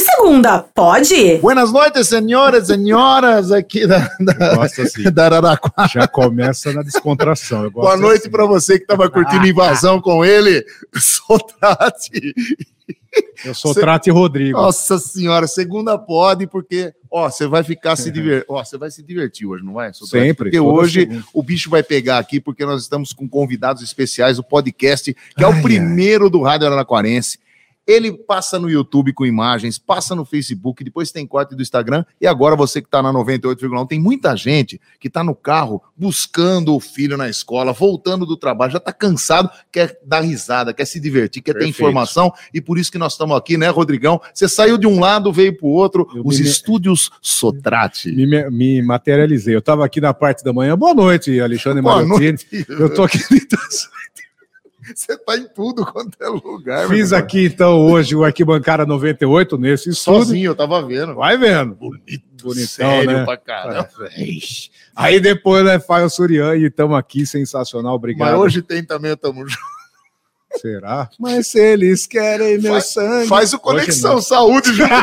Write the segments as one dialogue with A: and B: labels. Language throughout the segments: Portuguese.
A: segunda, pode?
B: Buenas noites, senhores, senhoras aqui da,
C: Eu
B: da,
C: gosto assim.
B: da Araraquara.
C: Já começa na descontração. Eu gosto
B: Boa noite Ah,
C: assim.
B: pra você que tava curtindo invasão com ele, Sotrate.
C: Eu sou o Trate Rodrigo.
B: Nossa senhora, segunda pode, porque, ó, você vai ficar se divertir. Ó, você vai se divertir hoje, não vai? Sotrate?
C: Sempre,
B: Porque
C: toda
B: hoje
C: segunda.
B: o bicho vai pegar aqui, porque nós estamos com convidados especiais, o podcast, que é o primeiro do Rádio Araraquarense. Ele passa no YouTube com imagens, passa no Facebook, depois tem corte do Instagram. E agora você que está na 98,1, tem muita gente que está no carro buscando o filho na escola, voltando do trabalho, já está cansado, quer dar risada, quer se divertir, quer
C: Perfeito.
B: ter informação. E por isso que nós estamos aqui, né, Rodrigão? Você saiu de um lado, veio para o outro,
C: Eu
B: os
C: me-
B: estúdios Sotrate.
C: Me, me- me materializei. Eu estava aqui na parte da manhã. Boa noite, Alexandre
B: Boa
C: Marotini. Eu tô aqui então, no
B: Você está em tudo quanto é lugar. meu
C: Fiz
B: irmão.
C: aqui, então, hoje o Arquibancada 98 nesse estúdio.
B: Sozinho, eu tava vendo.
C: Vai vendo.
B: Bonito,
C: Bonitão,
B: sério
C: né?
B: pra caramba. Ixi.
C: Aí depois, né, Faio Surian e estamos aqui, sensacional,
B: Mas
C: obrigado.
B: hoje tem também, tamo junto.
C: Será? Mas se eles querem meu
B: Faz-
C: sangue...
B: Faz o
C: Hoje
B: Conexão Saúde, viu?
C: não.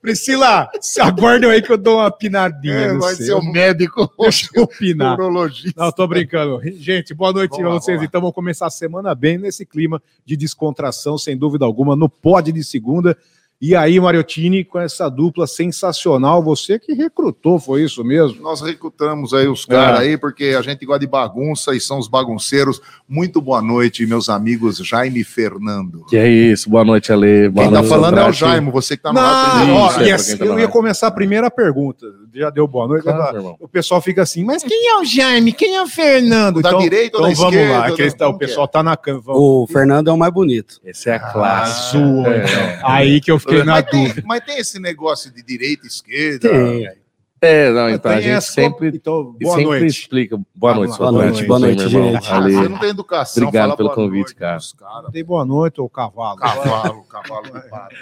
C: Priscila, se aguardam aí que eu dou uma pinadinha.
B: É,
C: no
B: vai
C: seu.
B: ser o médico
C: Deixa eu opinar.
B: urologista.
C: Não, tô brincando. Gente, boa noite
B: Vamos
C: a
B: lá,
C: vocês.
B: vamos lá.
C: Então, vamos começar a semana bem nesse clima de descontração, sem dúvida alguma, no pod de segunda. E aí, Mariottini, com essa dupla sensacional, você que recrutou, foi isso mesmo?
B: Nós recrutamos aí os caras
C: É.
B: aí, porque a gente gosta de bagunça e são os bagunceiros. Muito boa noite, meus amigos Jaime e Fernando.
D: Que é isso, boa noite, Ale. Boa
B: Quem tá
D: noite,
B: falando é o
D: Andrade.
B: Jaime, você que tá no
C: Não,
B: lado.
D: Isso,
C: ó,
D: é, pra
C: e
D: quem
C: assim,
D: tá
C: eu
D: na
C: ia
D: live.
C: começar a primeira pergunta. Já deu boa noite.
D: Claro,
C: mas
D: meu irmão.
C: O pessoal fica assim, mas quem é o Jaime? Quem é o Fernando?
B: Da
C: então
B: direita ou
C: então
B: da
C: vamos
B: esquerda,
C: lá, que
B: né?
C: eles tá- o
B: Como que é?
C: pessoal tá na cama. vamos.
E: O Fernando é o mais bonito.
D: Esse é
C: Ah,
D: a classe.
C: Azul, então. Aí que eu fiquei na
B: mas,
C: dúvida.
B: tem, mas tem esse negócio de direita e esquerda.
E: Tem.
D: É, não, então a
C: Tem
D: gente
C: essa-
D: sempre,
C: Então, boa
D: sempre
C: noite.
D: explica. Boa
C: Vamos
D: noite,
C: lá.
D: Sotrate.
E: Boa noite,
D: Isso aí,
E: boa
D: meu
E: noite,
D: irmão.
E: gente.
B: Ah, você não
D: Ale.
B: tem educação.
D: Obrigado
B: fala
D: pelo
B: boa
D: convite,
B: noite
D: cara.
B: pros caras.
C: Dei boa noite, ô cavalo.
B: Cavalo, cavalo do pato.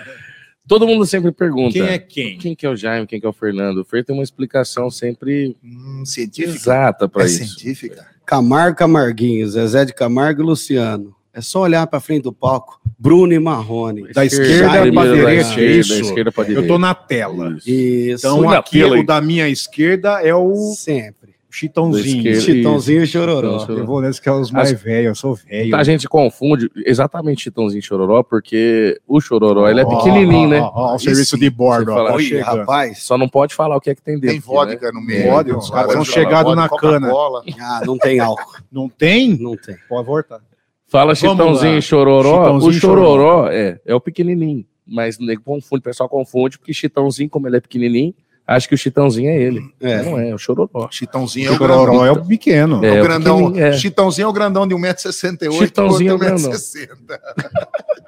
D: Todo mundo sempre pergunta:
C: Quem
D: quem,
C: é quem?
D: que é o Jaime, quem que é o Fernando? O Fer tem uma explicação sempre
B: Hum, científica.
D: exata pra
B: é
D: isso.
B: científica.
E: Camargo Camarguinho, Zezé de Camargo e Luciano. É só olhar pra frente do palco. Bruno e Marrone.
C: Da esquerda
E: pra
D: primeiro, da
E: direita, é
D: esquerda,
C: isso?
D: Da esquerda pra direita.
C: Eu tô na tela.
D: Isso.
E: Isso.
C: Então,
D: Fui na
C: aqui
D: tela,
C: o
D: hein?
C: da minha esquerda é o
E: sempre.
D: Da
C: Chitãozinho.
D: esquerda.
E: Chitãozinho e Então, Chororó.
D: Chitãozinho.
C: Eu vou nesse que é os mais velhos, eu sou velho.
D: Tá, A gente confunde exatamente Chitãozinho e Chororó, porque o Chororó ele é
C: Ó,
D: pequenininho,
C: ó,
D: né?
C: ó, ó, o
B: Aí
C: serviço
B: sim,
C: de bordo,
D: você
C: ó.
D: fala,
C: tá
D: "Oi,
E: Oi,
C: chegando.
E: rapaz.
D: Só não pode falar o que é que tem dentro.
B: Tem vodka no meio.
C: Vodka,
B: então,
C: os caras
B: vai
C: vão
B: jogar
C: chegado
B: vodka,
C: na cana.
B: Coca-Cola.
E: Ah, não tem álcool.
C: Não tem?
E: Não tem.
C: Pode voltar.
D: Fala
C: Vamos lá.
D: Chitãozinho e Chororó.
C: Chitãozinho
D: o
C: e Chororó.
D: Chororó é, é o pequenininho. Mas o nego confunde, o pessoal confunde, porque Chitãozinho, como ele é pequenininho, acha que o Chitãozinho é ele.
E: É.
D: Não é, é o Chororó.
B: Chitãozinho é o grandão.
C: Chororó é o pequeno.
B: É,
D: É,
B: o
D: o
B: grandão.
D: pequenininho, é.
B: Chitãozinho é o grandão de 1,68m.
D: Chitãozinho é o grandão.
B: 1,60m.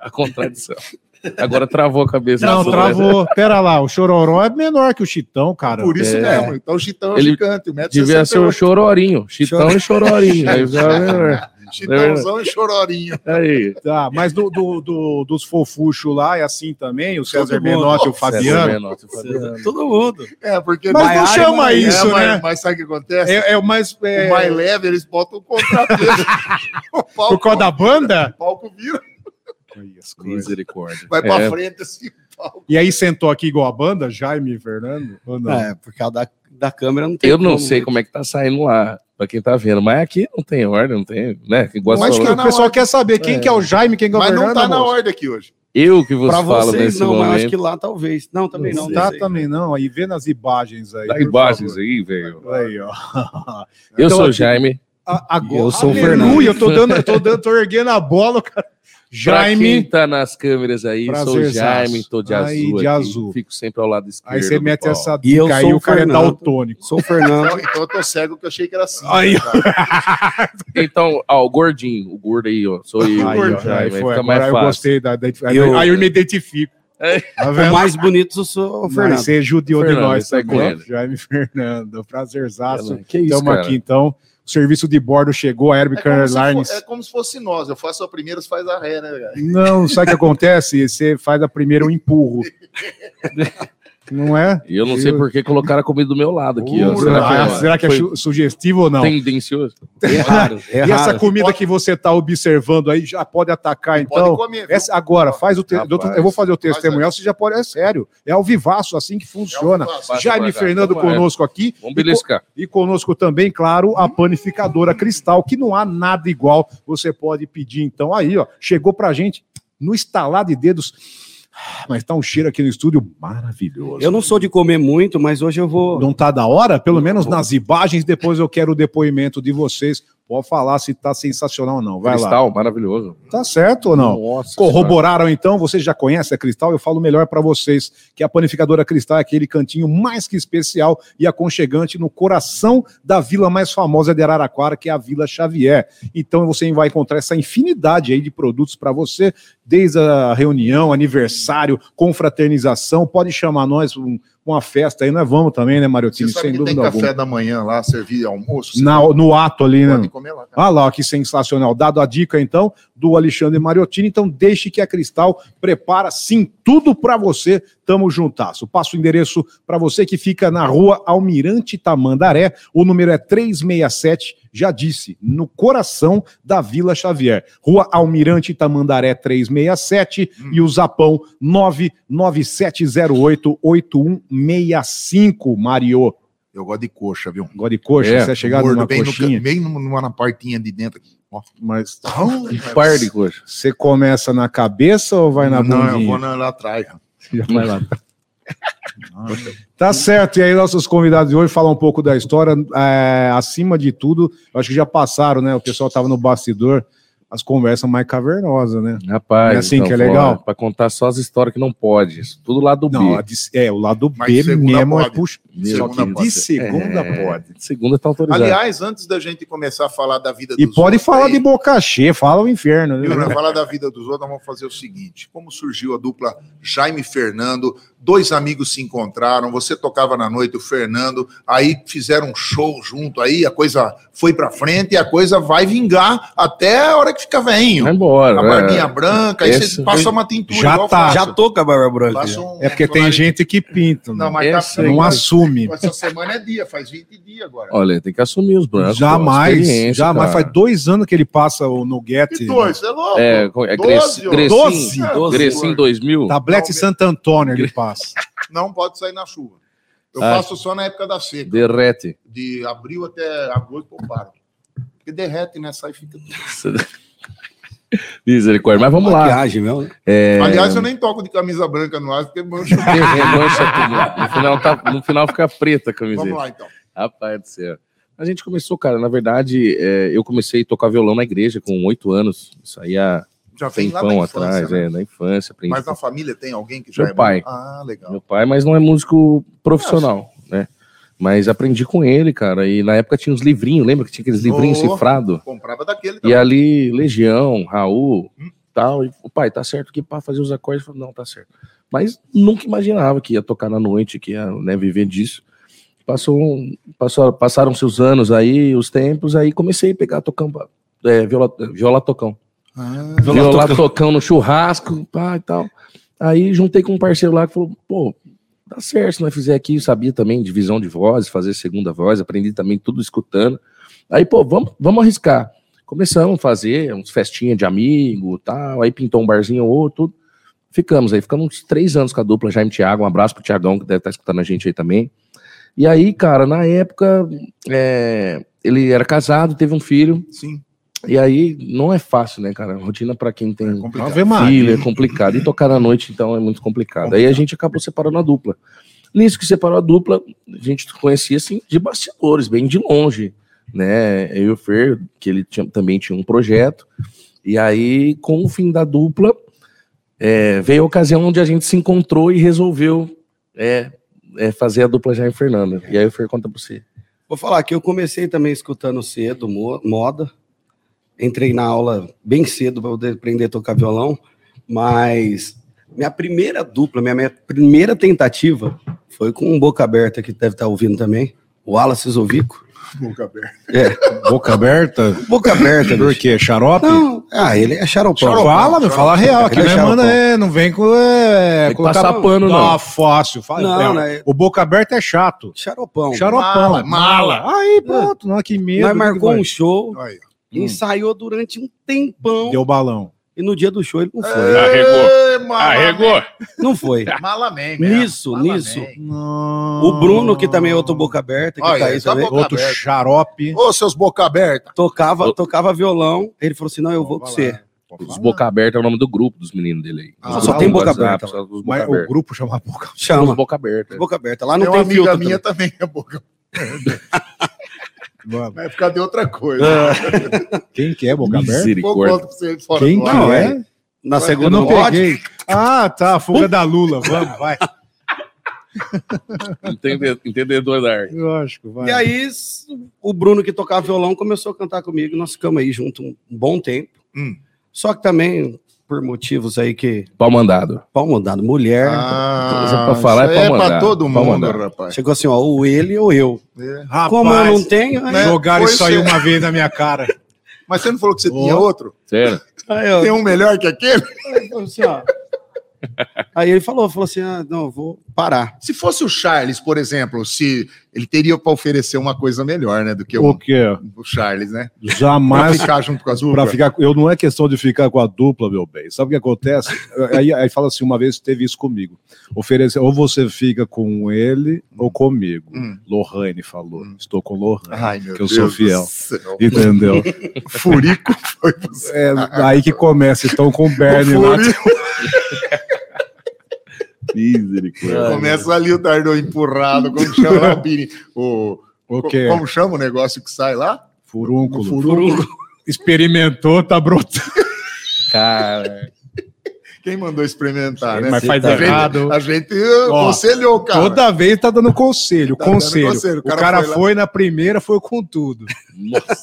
D: A contradição. Agora travou a cabeça.
C: Não,
D: do
C: travou. Pera lá, o Chororó é menor que o Chitão, cara.
B: Por isso
D: É.
B: mesmo. Então o Chitão é
D: Ele
B: gigante. 1,68m.
D: Devia ser o Chororinho. Chitão e Chororinho. Aí, ficava melhor.
B: Chitãozão e chororinho.
D: aí.
C: Tá, mas do, do- do- dos fofuchos lá é assim também, o César
E: Todo mundo.
C: Menotti, o
D: César
C: Fabiano.
D: Menotti, o Fabiano.
E: Todo mundo.
B: É, porque.
C: Mas não
E: Maiara e
C: chama
E: Maraia,
C: isso,
B: é, mas,
C: né?
B: mas sabe o que acontece?
C: É, é o mais. é,
B: O mais leve, eles botam o contrapeso. o palco,
C: por causa da banda?
B: o palco vira,
D: Misericórdia.
B: vai pra
D: É,
B: frente assim. o palco.
C: E aí sentou aqui igual a banda, Jaime e Fernando? Ou não?
E: É, por causa da, da câmera não tem
D: Eu não sei como é que tá saindo lá, pra quem tá vendo. Mas aqui não tem ordem, não tem, né? Igual
C: Eu
D: você
C: acho que
D: falou.
C: o pessoal quer saber quem que é o Jaime, quem que é o
B: Mas não
C: Fernando.
B: tá na
C: moço.
B: ordem aqui hoje.
D: Eu que vos
E: Pra
D: falo
E: vocês
D: nesse
E: não, mas eu acho
D: momento.
E: que lá talvez. Não, também não.
C: Não
E: não
C: tá
E: sei.
C: também não. Aí vê nas imagens aí.
D: Dá
C: por
D: imagens
C: favor.
D: aí, velho.
C: Aí, ó.
D: Eu
C: Então,
D: sou o
C: aqui-
D: Jaime.
C: A- agora-
E: Eu sou o
C: Aleluia,
E: Fernando.
C: Eu tô dando, eu tô dando, tô erguendo a bola, cara.
D: Jaime.
C: Jaime.
D: quem tá nas câmeras aí, sou o
C: Prazerzaço.
D: Jaime, tô de azul.
C: Aí, de
D: aqui,
C: azul.
D: Fico sempre ao lado esquerdo.
C: Aí você
D: do
C: mete
D: palco.
C: essa
E: E eu
C: dica aí,
E: sou
C: o
E: o
C: cara é
E: Fernando.
C: daltônico.
E: Sou o Fernando.
B: Então, então eu tô cego que eu achei que era assim.
C: Aí,
B: cara.
D: Então, ó, o gordinho, o gordo aí, ó. Sou
C: Aí,
D: eu,
C: ó,
D: o
C: aí
D: Jaime. Aí
C: foi.
D: fica
C: Agora
D: mais
C: eu
D: fácil.
C: gostei da, da- aí
E: Eu-
C: eu me identifico.
D: É.
C: Tá
E: O
C: vendo?
E: mais bonito eu sou o
C: Mas
E: Fernando.
C: Você judiou de
D: Fernando,
C: nós
D: sai com
C: também.
D: ele.
C: Jaime Fernando, prazerzaço.
D: Que isso,
C: Estamos
D: cara.
C: aqui então. O serviço de bordo chegou, a
B: É
C: Herbie
B: como, se
C: Airlines.
B: fo- é como se fosse nós. Eu faço a primeira, você faz a ré, né, cara?
C: Não, sabe o que acontece? Você faz a primeira um empurro. Não é?
D: E eu não sei por que colocaram a comida do meu lado aqui. ó.
C: Uh,
D: Será que é
C: ah, será que é
D: foi-
C: chu- sugestivo ou não?
D: tendencioso?
E: É raro, é
C: E essa
E: raro.
C: comida que você está observando aí já pode atacar,
B: Pode
C: então?
B: comer. viu?
C: Essa- agora, faz o te-
D: Rapaz,
C: doutor- eu vou fazer o
B: faz
C: testemunhal, você já pode. É sério, é ao vivaço, assim que
B: É
C: funciona.
B: Passa
C: Jaime
D: pra cá,
C: Fernando
D: vamos lá.
C: conosco aqui
D: Vamos beliscar.
C: e conosco também, claro, a panificadora Cristal, que não há nada igual. Você pode pedir, então, aí, ó, chegou pra gente no estalar de dedos, mas tá um cheiro aqui no estúdio maravilhoso.
E: Eu não sou de comer muito, mas hoje eu vou.
C: Não tá da hora? Pelo menos nas imagens, depois eu quero o depoimento de vocês. Pode falar se tá sensacional ou não. Vai lá.
D: Cristal, maravilhoso.
C: Tá certo ou não?
D: Nossa.
C: Corroboraram então, vocês já conhecem a Cristal, eu falo melhor pra vocês que a panificadora Cristal é aquele cantinho mais que especial e aconchegante no coração da vila mais famosa de Araraquara, que é a Vila Xavier. Então você vai encontrar essa infinidade aí de produtos pra você, desde a reunião, aniversário, confraternização, pode chamar nós pra um- uma festa aí, nós vamos também, né,
B: Você
C: Mariotini,
B: sabe
C: sem
B: que tem
C: dúvida
B: café
C: alguma.
B: da manhã lá, servir almoço? você
C: Na- no ato ali, né?
B: pode comer lá. cara.
C: Ah lá, que sensacional. Dado a dica, então, do Alexandre Mariottini. Então, deixe que a Cristal prepara, sim, tudo pra você. Tamo juntasso. Passo o endereço pra você que fica na rua Almirante Tamandaré. O número é 367, já disse, no coração da Vila Xavier. Rua Almirante Tamandaré 367
B: Hum.
C: e o Zapão 99708-8165. Mario,
B: Eu gosto de coxa, viu?
C: gosta de coxa?
D: É,
C: você é chegado
B: Gordo,
C: numa
B: bem, no,
C: coxinha?
B: can- bem numa, numa partinha de dentro. aqui. Ó.
C: Mas... tá
B: Tá
D: Par de coxa.
C: Você começa na cabeça ou vai na
B: Não, eu vou
C: bundinha?
B: na- lá atrás.
D: Vai lá.
C: Tá certo. E aí, nossos convidados de hoje falam um pouco da história. É, acima de tudo, eu acho que já passaram, né? O pessoal tava no bastidor, as conversas mais cavernosas, né?
D: Rapaz, então,
C: É assim que é legal?
D: Pra contar só as histórias que não pode. Isso tudo lá do
C: Não, a
D: B.
C: de- é, o lado
B: Mas
C: B
B: segunda
C: mesmo é
B: pode.
C: puxa.
B: Segunda
C: Só que
B: pode.
C: de segunda
D: É.
C: pode.
D: Segunda tá autorizado.
B: Aliás, antes da gente começar a falar da vida
C: E pode
B: outros
C: falar
B: aí,
C: de boca cheia, fala o inferno.
B: Viu? Pra
C: Né?
B: falar da vida dos outros, nós vamos fazer o seguinte: como surgiu a dupla Jaime e Fernando, dois amigos se encontraram, você tocava na noite, o Fernando, aí fizeram um show junto, aí a coisa foi pra frente e a coisa vai vingar até a hora que fica
D: vai
C: É,
B: veinho.
D: embora.
B: A
D: né?
B: barbinha branca, aí
D: Esse-
B: você passa uma tintura.
C: Já
B: igual eu
C: tá.
B: faço.
E: Já tô com a barba branca.
B: Faço um-
C: É porque tem gente que pinta,
B: Não,
C: não,
B: mas tá-
D: Essa aí-
C: não assume.
B: Essa semana é dia, faz 20 dias agora.
D: Olha, tem que assumir os brancos. pô, experiência,
C: Jamais, jamais.
D: cara.
C: Faz dois anos que ele passa o no Get.
B: Que dois, é louco.
D: É, co- é
B: Doze,
D: Grecin,
B: ó.
D: Grecin,
C: Doze. Tá.
B: Doze.
D: Grecin 2000.
C: Tablete Santo Antônio ele passa.
B: Não pode sair na chuva. Eu
D: Ah.
B: faço só na época da seca.
D: Derrete.
B: de abril até agosto eu paro. Porque derrete, né? Sai e fica.
D: Misericórdia. Mas vamos lá.
E: Maquiagem, meu.
C: né?
E: É.
B: Aliás, eu nem toco de camisa branca no ar, porque mancha.
D: Mancha tudo. No final, tá- no final fica preta a camiseta.
E: é.
B: Vamos lá, então.
D: Rapaz do céu. A gente começou, cara, na verdade, é, eu comecei a tocar violão na igreja com oito anos. Isso aí há
B: Já vem lá na
D: tempão
B: infância,
D: atrás,
B: né?
D: é, na infância. aprendi
B: Mas
D: com
B: na família tem alguém que já
D: Meu
B: é
D: pai.
B: bom? Ah, legal.
D: meu pai, mas não é músico profissional, né? Mas aprendi com ele, cara. E na época tinha uns livrinhos, lembra que tinha aqueles livrinhos
B: Oh.
D: cifrados?
B: Comprava daquele
D: E
B: também.
D: ali, Legião, Raul,
B: Hum.
D: tal. E, o pai, tá certo que para fazer os acordes, eu falei, não, tá certo. Mas nunca imaginava que ia tocar na noite, que ia né, viver disso. Passou, um- passou, passaram seus anos aí, os tempos, aí comecei a pegar tocão, é, viola, viola tocão.
B: Ah,
D: Viola, tocão no churrasco, pá e tal. Aí juntei com um parceiro lá que falou, pô, tá certo se nós fizer aqui, eu sabia também divisão de vozes, fazer segunda voz, aprendi também tudo escutando. Aí, pô, vamos, vamos arriscar. Começamos a fazer uns festinhas de amigo tal, aí pintou um barzinho ou outro, tudo. Ficamos aí, ficamos uns três anos com a dupla Jaime e Thiago, um abraço pro Tiagão que deve estar escutando a gente aí também. E aí, cara, na época, é, ele era casado, teve um filho,
B: sim.
D: e aí não é fácil, né, cara? Rotina pra quem tem
B: Complicado.
C: Ave Maria.
D: filho, é complicado. E tocar à noite, então, é muito complicado. Aí a gente acabou separando a dupla. Nisso que separou a dupla, a gente conhecia, assim, de bastidores, bem de longe, né? Eu e o Fer, que ele tinha- também tinha um projeto. E aí, com o fim da dupla, é, veio a ocasião onde a gente se encontrou e resolveu é, é, fazer a dupla Jair Fernando. E aí o Fer conta pra você.
E: Vou falar que eu comecei também escutando cedo, mo- moda. Entrei na aula bem cedo para poder aprender a tocar violão, mas minha um primeira dupla, minha, minha primeira tentativa foi com o Boca Aberta, que deve estar tá ouvindo também, o Wallace Zovico.
C: Boca aberta.
A: Boca aberta?
E: Boca aberta,
A: Por
E: bicho.
A: quê? Xarope?
E: Não, ah, ele é xaropão.
C: Fala, meu, fala real. Que
E: Ele é
C: não é, manda,
E: xaropão.
C: é, não vem com. É,
D: Tem que passar pano, não.
C: Ah, fácil. Fala,
E: Não,
C: é,
E: né?
C: O boca aberta é chato.
E: Xaropão.
C: Xaropão.
B: Mala, mala.
C: Aí, pronto. Não, que medo.
E: Nós
C: que
E: marcou
C: vai?
E: um show,
C: Aí,
E: ensaiou durante um tempão,
C: Deu balão.
E: e no dia do show ele não foi.
B: É.
F: Arregou.
B: Ê, mala-
F: Arregou.
E: Não foi.
B: Malamém, né?
E: Nisso,
B: Malamém.
E: nisso. O Bruno, que também é outro boca aberta, que
B: Olha,
E: tá aí
B: tá
E: também,
B: boca
C: Outro
B: aberta.
C: xarope.
B: Ô, seus boca aberta.
E: tocava, tocava violão. Ele falou assim: não, eu vou com você.
D: Os Boca Aberta é o nome do grupo dos meninos dele aí.
C: Ah,
D: Os
C: só
D: do
C: tem
E: Boca
D: WhatsApp,
E: Aberta.
D: só Os boca
C: Mas o
D: aberta.
C: grupo chama boca
D: Os
E: Chama.
D: boca aberta.
E: Boca aberta. Lá Ah, não
B: Tem uma
E: tem
B: amiga
E: filtro.
B: minha também, é boca.
C: aberta.
B: Vai ficar de outra coisa.
E: Ah.
C: Quem que é boca aberta?
B: Vou
D: Misericórdia.
B: contar pra você fora
C: Quem
B: do ar.
C: que é?
E: Na
C: Eu
E: segunda
C: não
E: pode.
C: peguei. Ah, tá. Fuga da Lula. Vamos, vai.
D: Entende- Entendedor da arte.
C: Lógico, vai.
E: E aí, s- o Bruno que tocava violão começou a cantar comigo. Nós ficamos aí junto um bom tempo.
B: Hum.
E: Só que também, por motivos aí que.
D: Pau mandado.
E: Pau mandado, mulher.
D: Coisa
B: Ah,
D: pra falar
B: isso
D: é pra
B: aí
D: mandar.
B: todo
D: Pra
B: mundo,
D: mandar.
B: rapaz.
E: Chegou assim, ó, ou ele ou eu.
B: É.
C: Rapaz,
E: Como eu não tenho, aí,
B: né?
C: jogaram
B: Foi
C: isso aí
B: você.
C: uma vez na minha cara.
B: Mas você não falou que você
C: Ô.
B: tinha outro?
D: Sério?
E: aí eu-
B: Tem um melhor que aquele?
E: aí eu falei assim, ó. Aí ele falou, falou assim: ah, não, eu vou parar.
B: Se fosse o Charles, por exemplo, se ele teria pra oferecer uma coisa melhor, né, do que o,
C: quê?
B: o Charles, né?
C: Jamais
B: Pra ficar junto com as
C: Pra
B: uvas.
C: ficar, eu não é questão de ficar com a dupla, meu bem. Sabe o que acontece? aí, aí fala assim, uma vez teve isso comigo. Oferece, ou você fica com ele ou comigo.
B: Hum. Ah,
C: Lohane falou. Estou com Lohane.
B: Ai, meu
C: Que eu sou
B: do
C: fiel.
B: céu.
C: Entendeu?
B: Furico foi você.
C: É aí que começa, então, com o Bernie
B: O
C: lá.
B: Furico
D: Misericórdia.
B: começa ali o Dardô empurrado, como chama lá o Bini? O,
C: O quê?
B: Como chama o negócio que sai lá?
C: Furúnculo.
D: um
B: Furúnculo.
C: Experimentou, tá brotando.
D: Cara,
B: Quem mandou experimentar, né?
C: Mas faz
B: a gente,
C: errado.
B: A gente
C: Ó,
B: aconselhou o cara.
C: Toda vez tá dando conselho,
B: Tá dando
C: conselho.
B: conselho,
C: O cara, foi,
B: lá.
C: na primeira, foi com tudo.
D: nossa,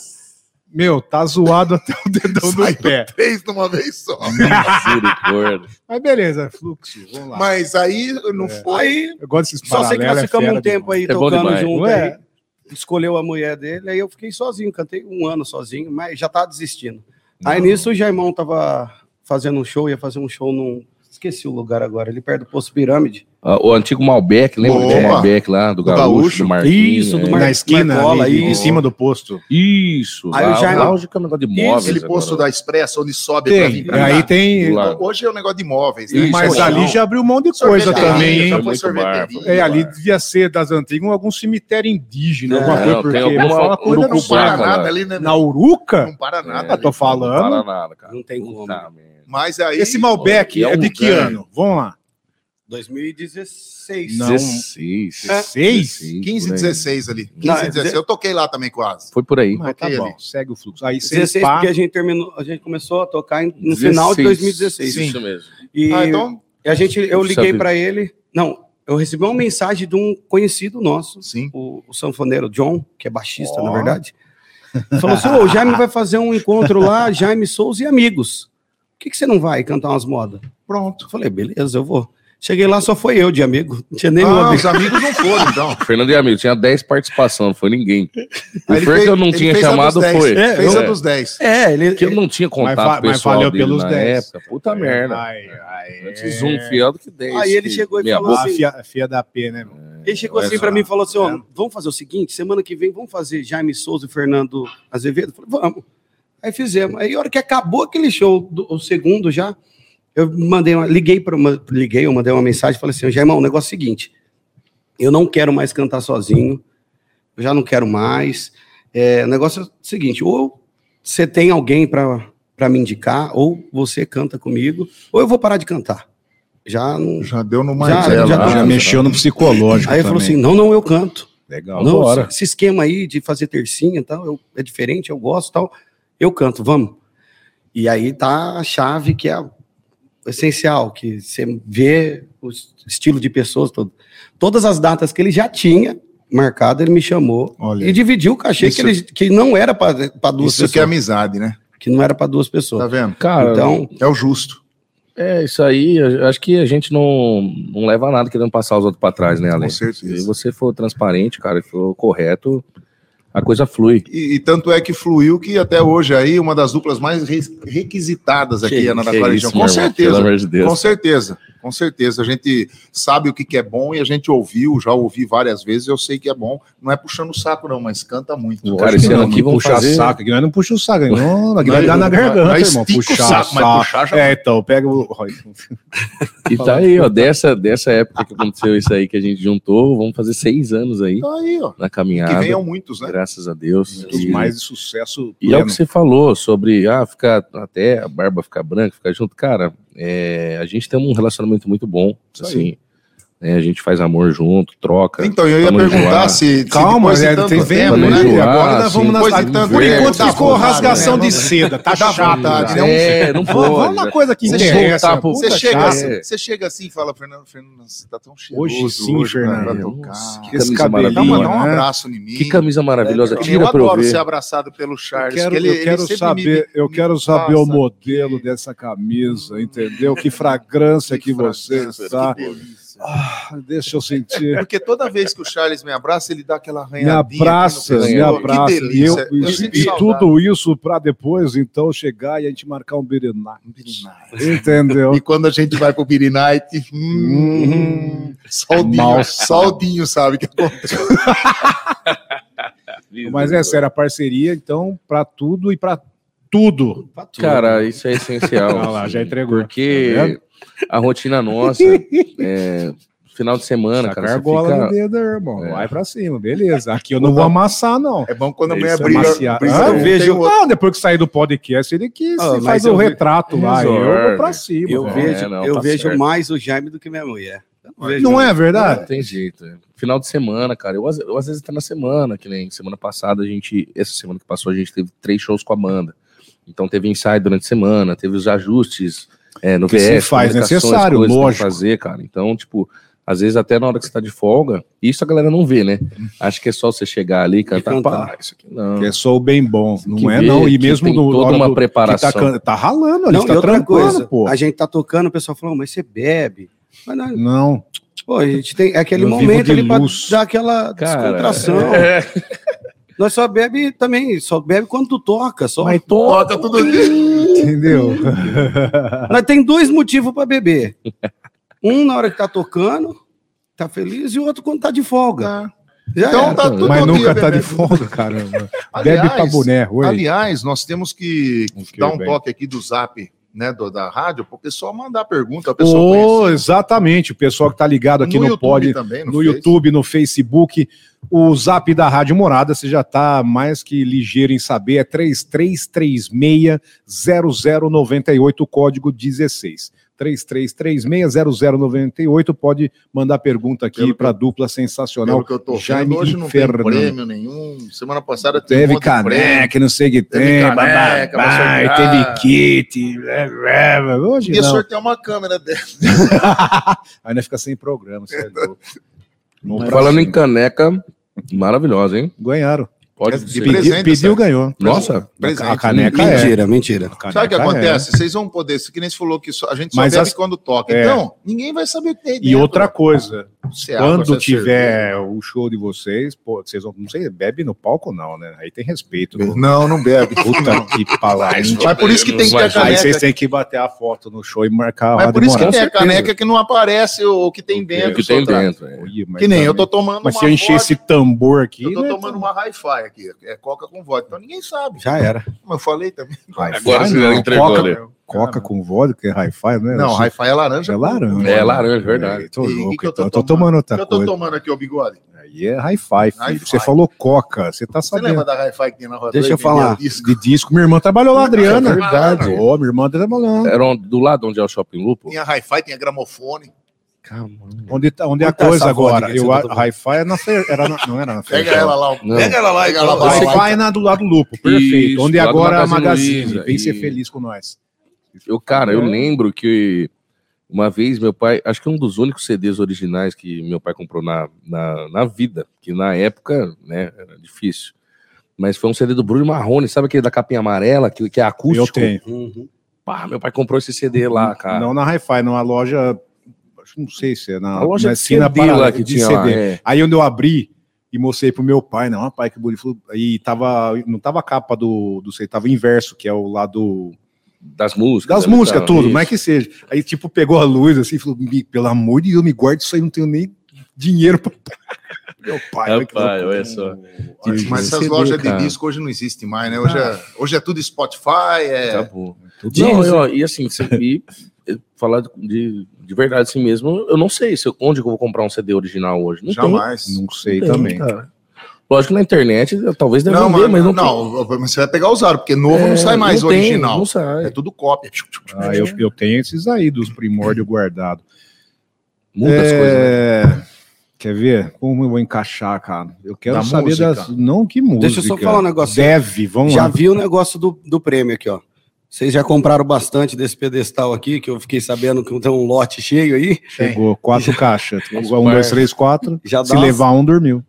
C: Meu, tá zoado até o dedão
B: Saiu
C: do pé.
B: Três de uma vez só.
D: misericórdia.
C: Mas beleza, fluxo, vamos lá. É.
B: Mas aí não foi.
E: Aí,
C: eu gosto desses
E: só sei que nós ficamos um tempo aí
D: É bom
E: tocando
D: demais.
E: junto.
C: Ué.
E: Aí, escolheu a mulher dele, aí eu fiquei sozinho, cantei um ano sozinho, mas já tava desistindo. Aí nisso o Jaimão tava fazendo um show, ia fazer um show num. Esqueci o lugar agora, ali perto do Poço Pirâmide.
D: Ah, O antigo Malbec, lembra
B: Opa.
D: do Malbec lá,
B: Do
D: do, Gaúcho,
B: Gaúcho.
D: do Marquinhos?
E: Isso, do
D: é.
E: Mar-
C: Na esquina,
E: Marcola,
C: ali, em
E: isso.
C: cima do posto.
D: Isso.
E: Aí
D: lá,
E: o Jaime-
D: lá hoje que é um negócio de
E: Isso,
D: móveis.
B: Aquele posto
D: agora.
B: da Expresso, onde sobe pra vir
C: Tem,
B: pra
C: aí
B: cá.
C: tem.
D: Do lado.
B: Hoje é um negócio de imóveis, né?
D: Isso,
C: Mas
D: Isso,
C: ali
D: não.
C: já abriu mão de coisa
B: Sorveteria,
C: também,
B: já
C: hein?
B: foi
D: Muito
B: sorveteria.
D: bárbaro.
C: É, ali devia ser das antigas algum cemitério indígena,
E: É,
C: alguma coisa,
D: não,
C: porque
D: tem alguma
C: mas fala coisa
B: Não
C: do
D: urucubaca,
B: para
C: Pará.
D: cara.
B: nada ali, né?
C: Na Uruca?
B: Não para
D: É,
B: nada.
C: Eu tô
D: não
C: falando.
D: para nada, cara.
E: Não tem como.
D: Puta merda.
B: Mas aí.
C: Esse Malbec
D: Olha,
C: é de que
D: é um
C: ano? Vamos lá.
E: 2016.
C: Não.
D: 16.
E: É.
D: 16,
B: 15,
D: por aí.
B: 16 ali. 15,
E: Não, é
B: 16. Eu toquei lá também quase.
D: Foi por aí.
C: Mas tá
B: Ok,
C: bom,
B: ali.
C: segue o fluxo. Aí seis
E: 16,
C: pá,
E: porque a gente terminou, a gente começou a tocar em- no final de 2016.
D: Isso mesmo.
E: E
B: Ah, então.
E: a gente, eu liguei
D: Sabe.
E: para ele. Não, eu recebi uma mensagem de um conhecido nosso,
B: Sim.
E: o, o sanfoneiro John, que é baixista, na verdade. Falou assim: "Ô, o Jaime vai fazer um encontro lá, Jaime Souza e amigos. Por que, que você não vai cantar umas modas?
B: Pronto.
E: Eu falei, beleza, eu vou. Cheguei lá, só foi eu de amigo. Não tinha nem
B: Ah,
E: amigo.
B: os amigos não foram, então.
D: Fernando e Amil, tinha 10 participações, não foi ninguém.
B: Aí
D: O
B: ele
D: Fer que eu
B: fez-
D: não
B: ele
D: tinha
B: fez a
D: chamado
B: dos 10.
D: foi.
B: É, fez
D: eu,
B: a dos 10.
E: É, ele,
D: Que eu não tinha
C: Mas
D: contato
C: va- mas
D: pessoal
C: valeu
D: dele
C: pelos
D: na
C: 10.
D: época. Puta merda.
C: Ai, ai,
D: Antes um fiel do que 10.
E: Aí ele
D: que
E: chegou e
D: meia
E: falou
D: boca.
C: Ah, fia, fia da P, né? meu?
E: Ele chegou
D: Olha
E: assim
D: só.
E: pra mim e falou assim: ó, vamos fazer o seguinte, semana que vem vamos fazer Jaime Souza e Fernando Azevedo? Eu falei, vamos. Aí fizemos. Aí a hora que acabou aquele show, do- o segundo já, eu mandei uma, liguei para uma, liguei, eu mandei uma mensagem, falei assim, Jaimão, o negócio é o seguinte, eu não quero mais cantar sozinho, eu já não quero mais. É, o negócio é o seguinte, ou você tem alguém pra para me indicar, ou você canta comigo, ou eu vou parar de cantar. Já não...
B: Já deu no
E: já-
B: Marcelo.
E: já-
B: né?
E: já-
C: no psicológico.
E: Aí ele falou assim, não, não, eu canto.
C: legal.
E: Não,
D: Vambora.
E: esse esquema aí de fazer tercinha e tal, eu- é diferente, eu gosto e tal. Eu canto, vamos. E aí tá a chave que é o essencial, que você vê o s- estilo de pessoas todo. Todas as datas que ele já tinha marcado, ele me chamou
C: Olha
E: e dividiu o cachê
B: Isso-
E: que, ele, que não era para duas
B: Isso
E: pessoas.
B: que é amizade, né?
E: que não era para duas
B: Tá
E: pessoas.
B: vendo?
D: Cara,
E: então,
B: É o justo.
D: É, isso aí, eu acho que a gente não, não leva a nada querendo passar os outros pra trás, né, Ale?
B: Com
D: Se
B: certeza.
D: você for transparente, cara, e for correto, a coisa flui.
B: E, e tanto é que fluiu que até hoje aí uma das duplas mais re- requisitadas aqui
D: Que-
B: em
D: que é
B: Araraquara
D: isso,
B: região. Com
D: meu irmão, Pelo
B: certeza.
D: amor de Deus.
B: Com certeza. Com certeza. A gente sabe o que, que é bom e a gente ouviu, já ouvi várias vezes, eu sei que é bom. Não é puxando o saco, não, mas canta muito.
D: Cara,
C: Lógico
D: esse
C: que
D: ano
C: não,
D: aqui
C: não
D: vamos
C: puxa
D: fazer-
C: saco, Guilherme não puxa o saco, não, Guilherme dá na
B: Nós-
C: garganta,
B: nós
C: irmão,
B: estica o
C: puxar
B: saco, mas puxar já-
C: É, então, pega o...
D: E tá aí, ó, dessa, dessa época que aconteceu isso aí que a gente juntou, vamos fazer seis anos aí
B: Então aí, ó.
D: na
B: Que
D: caminhada.
B: venham muitos, né?
D: Graças a Deus.
C: Os
D: E-
C: mais de sucesso
D: E é o que você falou sobre ah, ficar até a barba ficar branca, ficar junto. Cara, é, a gente tem um relacionamento muito bom,
C: Isso
D: assim. né, a gente faz amor junto, troca.
B: Então, eu ia
D: Vamos
B: perguntar
D: enjoar.
B: se. se
C: Calma,
B: depois de
C: é,
B: tanto
C: tem
B: tempo,
C: vem
D: né?
C: né?
D: Enjoar,
C: Agora nós
B: Ah,
D: assim,
C: vamos nas...
B: depois de tanto
C: Por
B: tempo,
C: enquanto
B: dá
C: ficou
B: vontade,
C: rasgação
B: né?
C: de seda, tá
B: Dá
C: chato.
B: vontade,
C: já.
B: né?
D: É, não
C: Vamos
D: pode.
C: vamos uma coisa né? que
D: Você
C: interessa.
D: voltar pro-
C: é puta
B: Você chega,
C: chato.
B: assim, você chega assim e fala, Fernando, Fernando, você tá tão cheiroso
C: Hoje sim,
B: cara, pra
C: Fernando.
B: tocar.
D: Nossa, que
C: Esse
D: camisa
C: cabelinho,
B: Dá, uma- dá um
C: né?
B: abraço em mim.
D: Que camisa maravilhosa.
B: Eu
D: Tira pra eu
B: adoro ser
D: ver.
B: abraçado pelo
C: Eu
B: Charles.
C: quero,
B: que ele-
C: eu
B: ele
C: quero
B: sempre me-
C: saber, eu
B: me-
C: quero saber o
B: Nossa,
C: modelo dessa camisa, entendeu? Que fragrância que, você tá?
B: fragrância,
C: está.
B: que delícia.
C: Ah, deixa eu sentir.
B: Porque toda vez que o Charles me abraça, ele dá aquela
C: Me
B: arranhadinha. aqui no
C: abraça, me
B: pescoço.
C: abraça.
B: Que
C: E, eu,
B: delícia.
C: e-
B: sinto
C: e
B: saudade.
C: tudo isso para depois, então, chegar e a gente marcar um berenate. Entendeu?
B: E quando a gente vai pro Beer Night,
C: é
B: hum, saldinho, saldinho, sabe? Que acontece.
C: Mas é sério, a parceria, então, para tudo e para tudo.
D: Cara, isso é essencial.
C: Ah lá, já
D: assim,
C: entregou. Tá
D: Porque
C: vendo?
D: a rotina nossa, é, final de semana,
C: Essa
D: cara, você
C: cargola no
D: fica...
C: dedo, irmão.
D: É.
C: Vai para cima, beleza. Aqui eu não vou amassar, não.
B: É bom quando a
D: Isso
B: mulher
D: é
B: briga.
C: Maciar.
B: briga
C: Ah,
B: com-
E: vejo-
B: tem o-
C: Não, depois que sair do podcast, ele que
E: Ah,
C: se
E: mas
C: faz
E: eu
C: o
E: vi-
C: retrato lá. Eu
D: Resolve.
C: vou pra cima.
E: Eu
C: velho.
E: vejo,
D: É, não,
E: eu
D: tá
E: vejo
D: certo.
E: mais o Jaime do que minha mulher. Eu vejo-
C: Não é
D: Não
C: verdade?
D: tem jeito. é. Final de semana, cara. Eu, às- eu às vezes até na semana, que nem semana passada, a gente. Essa semana que passou, a gente teve três shows com a banda. Então teve ensaio durante a semana, teve os ajustes é, no
C: Que se
D: VS.
C: faz
D: comunicações,
C: necessário,
D: coisas que tem que
C: lógico.
D: fazer, cara. Então, tipo, às vezes até na hora que você tá de folga, isso a galera não vê, né? Acho que é só você chegar ali e cantar.
E: cantar.
D: Pá, isso aqui não.
C: Que é só o bem bom. Não
D: Que
C: é,
D: vê
C: não. E
D: que
C: mesmo
D: tem
C: no
D: toda
C: hora
D: uma
C: do- que
D: preparação.
C: tá, can- tá ralando, ali,
E: Não,
C: você
E: e
C: tá
E: outra coisa,
C: trancando, pô.
E: a gente tá tocando, o pessoal falou, mas você bebe. Mas não,
C: Não.
E: pô, a gente tem é aquele
C: Eu vivo
E: momento
C: de
E: ali pra
C: luz.
E: dar aquela
D: Cara,
E: descontração.
D: é.
E: Nós só bebe também, só bebe quando tu toca, só.
C: Mas
B: Bota tá tudo aqui.
C: Entendeu?
E: Mas tem dois motivos para beber. Um na hora que tá tocando, tá feliz, e o outro quando tá de folga. Já
B: Então
E: era.
B: tá tudo
C: Mas
B: aqui,
C: nunca tá
B: bebê.
C: de folga, caramba. Bebe
B: Aliás,
C: pra boné, oi.
B: Aliás, nós temos que
C: Ok,
B: dar um
C: bem.
B: toque aqui do zap, né, do- da rádio, pro pessoal mandar pergunta, a pessoa
C: Oh,
B: conhecer.
C: exatamente. O pessoal que tá ligado aqui no,
B: YouTube
C: pod,
B: também,
C: no
B: Face.
C: YouTube, no Facebook. O zap da Rádio Morada, você já está mais que ligeiro em saber, é 3336-0098, o código 16. 3336-0098, pode mandar pergunta
B: Pelo
C: aqui
B: que-
C: para a dupla sensacional.
B: Pelo que eu tô
C: Jaime
B: vendo, hoje não
C: Fernando.
B: tem prêmio nenhum. Semana passada teve
C: né? Teve
B: um monte de prêmio.
C: caneca, não sei o que
B: Teve
C: tem,
B: caneca,
C: bababá,
B: vai
C: teve
B: sortear.
C: kit, blá, blá, blá. hoje
B: Ia
C: não.
B: sortear uma câmera dessa.
C: Ainda fica sem programa, você é louco. Vamos pra
D: Falando em
C: cima.
D: caneca, maravilhosa, hein?
C: Ganharam.
D: Pode
B: É de
D: dizer.
B: presente.
C: Pediu, pediu
B: certo?
C: ganhou.
D: Nossa,
B: Presente.
C: A caneca é.
E: Mentira, mentira.
C: A caneca
B: Sabe o que
C: é.
B: acontece? Vocês vão poder, que nem você falou que só- a gente só
C: Mas
B: bebe
C: as-
B: quando toca.
C: é.
B: Então, ninguém vai saber o que tem né?
C: E outra coisa,
B: É,
C: quando tiver
B: tiver
C: o show de vocês, pô, vocês vão, não sei, bebe no palco não, né? Aí tem respeito. pô.
B: Não, não bebe.
C: Puta que palavrão.
B: Mas por isso que tem que ter a
C: Aí
B: caneca.
C: vocês têm que bater a foto no show e marcar
B: Mas
C: a
B: por isso que
C: demora.
B: tem a
D: Com certeza.
B: caneca que não aparece o o que tem
D: é o
B: dentro.
D: que tem
B: só traz.
D: dentro. é.
C: Oi, mas
B: Que nem eu
C: também.
B: tô tomando
C: Mas
B: uma
C: se eu encher
B: vodka,
C: esse tambor aqui,
B: Eu tô
C: né,
B: tomando uma hi-fi aqui. É coca com vodka. Então ninguém sabe.
E: Já era.
B: Como eu falei também.
C: Hi-fi
D: Agora você
C: não,
D: já entregou
C: coca,
D: ali.
C: coca com vodka, é hi-fi, né?
B: Não, hi-fi é laranja.
C: é laranja.
D: É laranja, verdade.
C: É, tô
B: E
C: louco,
B: que que eu tô
C: então. Eu tô
B: tomando?
C: tomando
B: O que
C: outra
B: eu tô
C: coisa.
B: tomando aqui, ô bigode?
C: Aí é hi-fi, filho.
B: Hi-fi.
C: Você falou coca, você tá
B: Você
C: sabendo.
B: lembra da hi-fi que tem na roda?
E: Deixa eu falar.
C: De disco, minha irmã trabalhou lá, Adriana.
D: É verdade.
C: Ô, minha irmã tá trabalhando.
D: Era onde- do lado onde é o Shopping Lupo?
B: Tinha hi-fi, tinha gramofone.
D: Calma.
C: Onde, tá- onde é a
E: Quanto é
C: coisa
E: essa vodka
C: agora?
E: que
C: Eu,
E: você
C: a,
E: tá tomando?
C: hi-fi é na fe- era na- não era na
B: Pega
C: feira.
B: ela lá. ó.
D: Não.
B: Pega ela lá, pega ela lá.
C: Hi-Fi é na do lado do lupo, perfeito.
D: Isso,
C: onde
D: lá do
C: agora é a
D: Magazine
C: Magazine.
D: Luiza,
C: Vem ser
D: e-
C: feliz com nós.
D: Eu, cara, eu
C: É.
D: lembro que uma vez meu pai, acho que é um dos únicos CDs originais que meu pai comprou na, na, na vida, que na época, né, era difícil. Mas foi um CD do Bruno Marrone, sabe aquele da capinha amarela, que, que é acústico?
E: Uhum.
C: Eu tenho.
D: Pá, meu pai comprou esse CD lá, cara.
C: Não na Hi-Fi, não, a loja. acho que Não sei se é na,
D: a loja
C: na
D: de CD
C: Paraná,
D: lá que
C: de
D: tinha lá,
C: CD.
D: é.
C: Aí onde eu abri e mostrei pro meu pai, não, rapaz, que bonito. Falou- E tava, não tava a capa do, do sei, tava o inverso, que é o lado
D: Das músicas.
C: das
D: né,
C: músicas,
D: então,
C: tudo,
D: isso.
C: mas que seja. Aí, tipo, pegou a luz assim e falou: "Me- pelo amor de Deus, me guarde isso aí, não tenho nem dinheiro pra. Meu pai,
D: Rapaz,
C: olha que loucura.
D: olha só.
C: Mas
B: Mas essas
D: CD,
B: lojas
D: cara.
B: de disco hoje não existem mais, né? Hoje, é,
C: Ah.
B: hoje é tudo Spotify, é...
D: Acabou.
C: Tudo
D: Não,
C: isso.
D: eu- e assim, se- e, e falar de, de verdade assim mesmo, eu não sei se eu- onde que eu vou comprar um CD original hoje. Não tem,
B: jamais.
C: Não sei
D: tem,
C: também.
D: cara. Lógico que na internet eu- talvez deve
B: Não,
D: vender,
B: mas,
D: mas não,
B: não, mas você vai pegar usado, porque novo
D: tem.
C: É,
B: não sai mais
D: não tem,
B: original.
D: não sai.
B: É tudo cópia.
C: Ah, eu, eu tenho esses aí dos primórdios guardados.
D: Muitas
C: é,
D: coisas. né?
C: Quer ver? Como eu vou encaixar, cara? Eu quero
B: Da
C: saber
B: música.
C: das. Não, que música.
E: Deixa eu só falar um negócio.
C: Deve, vamos
E: Já
C: lá.
E: vi o negócio do, do prêmio aqui, ó. Vocês já compraram bastante desse pedestal aqui, que eu fiquei sabendo que tem um lote cheio aí.
C: Chegou, quatro caixas.
D: Nossa,
C: Um, dois,
D: parça.
C: três, quatro.
E: Já dá
C: Se
E: umas-
C: levar um, dormiu.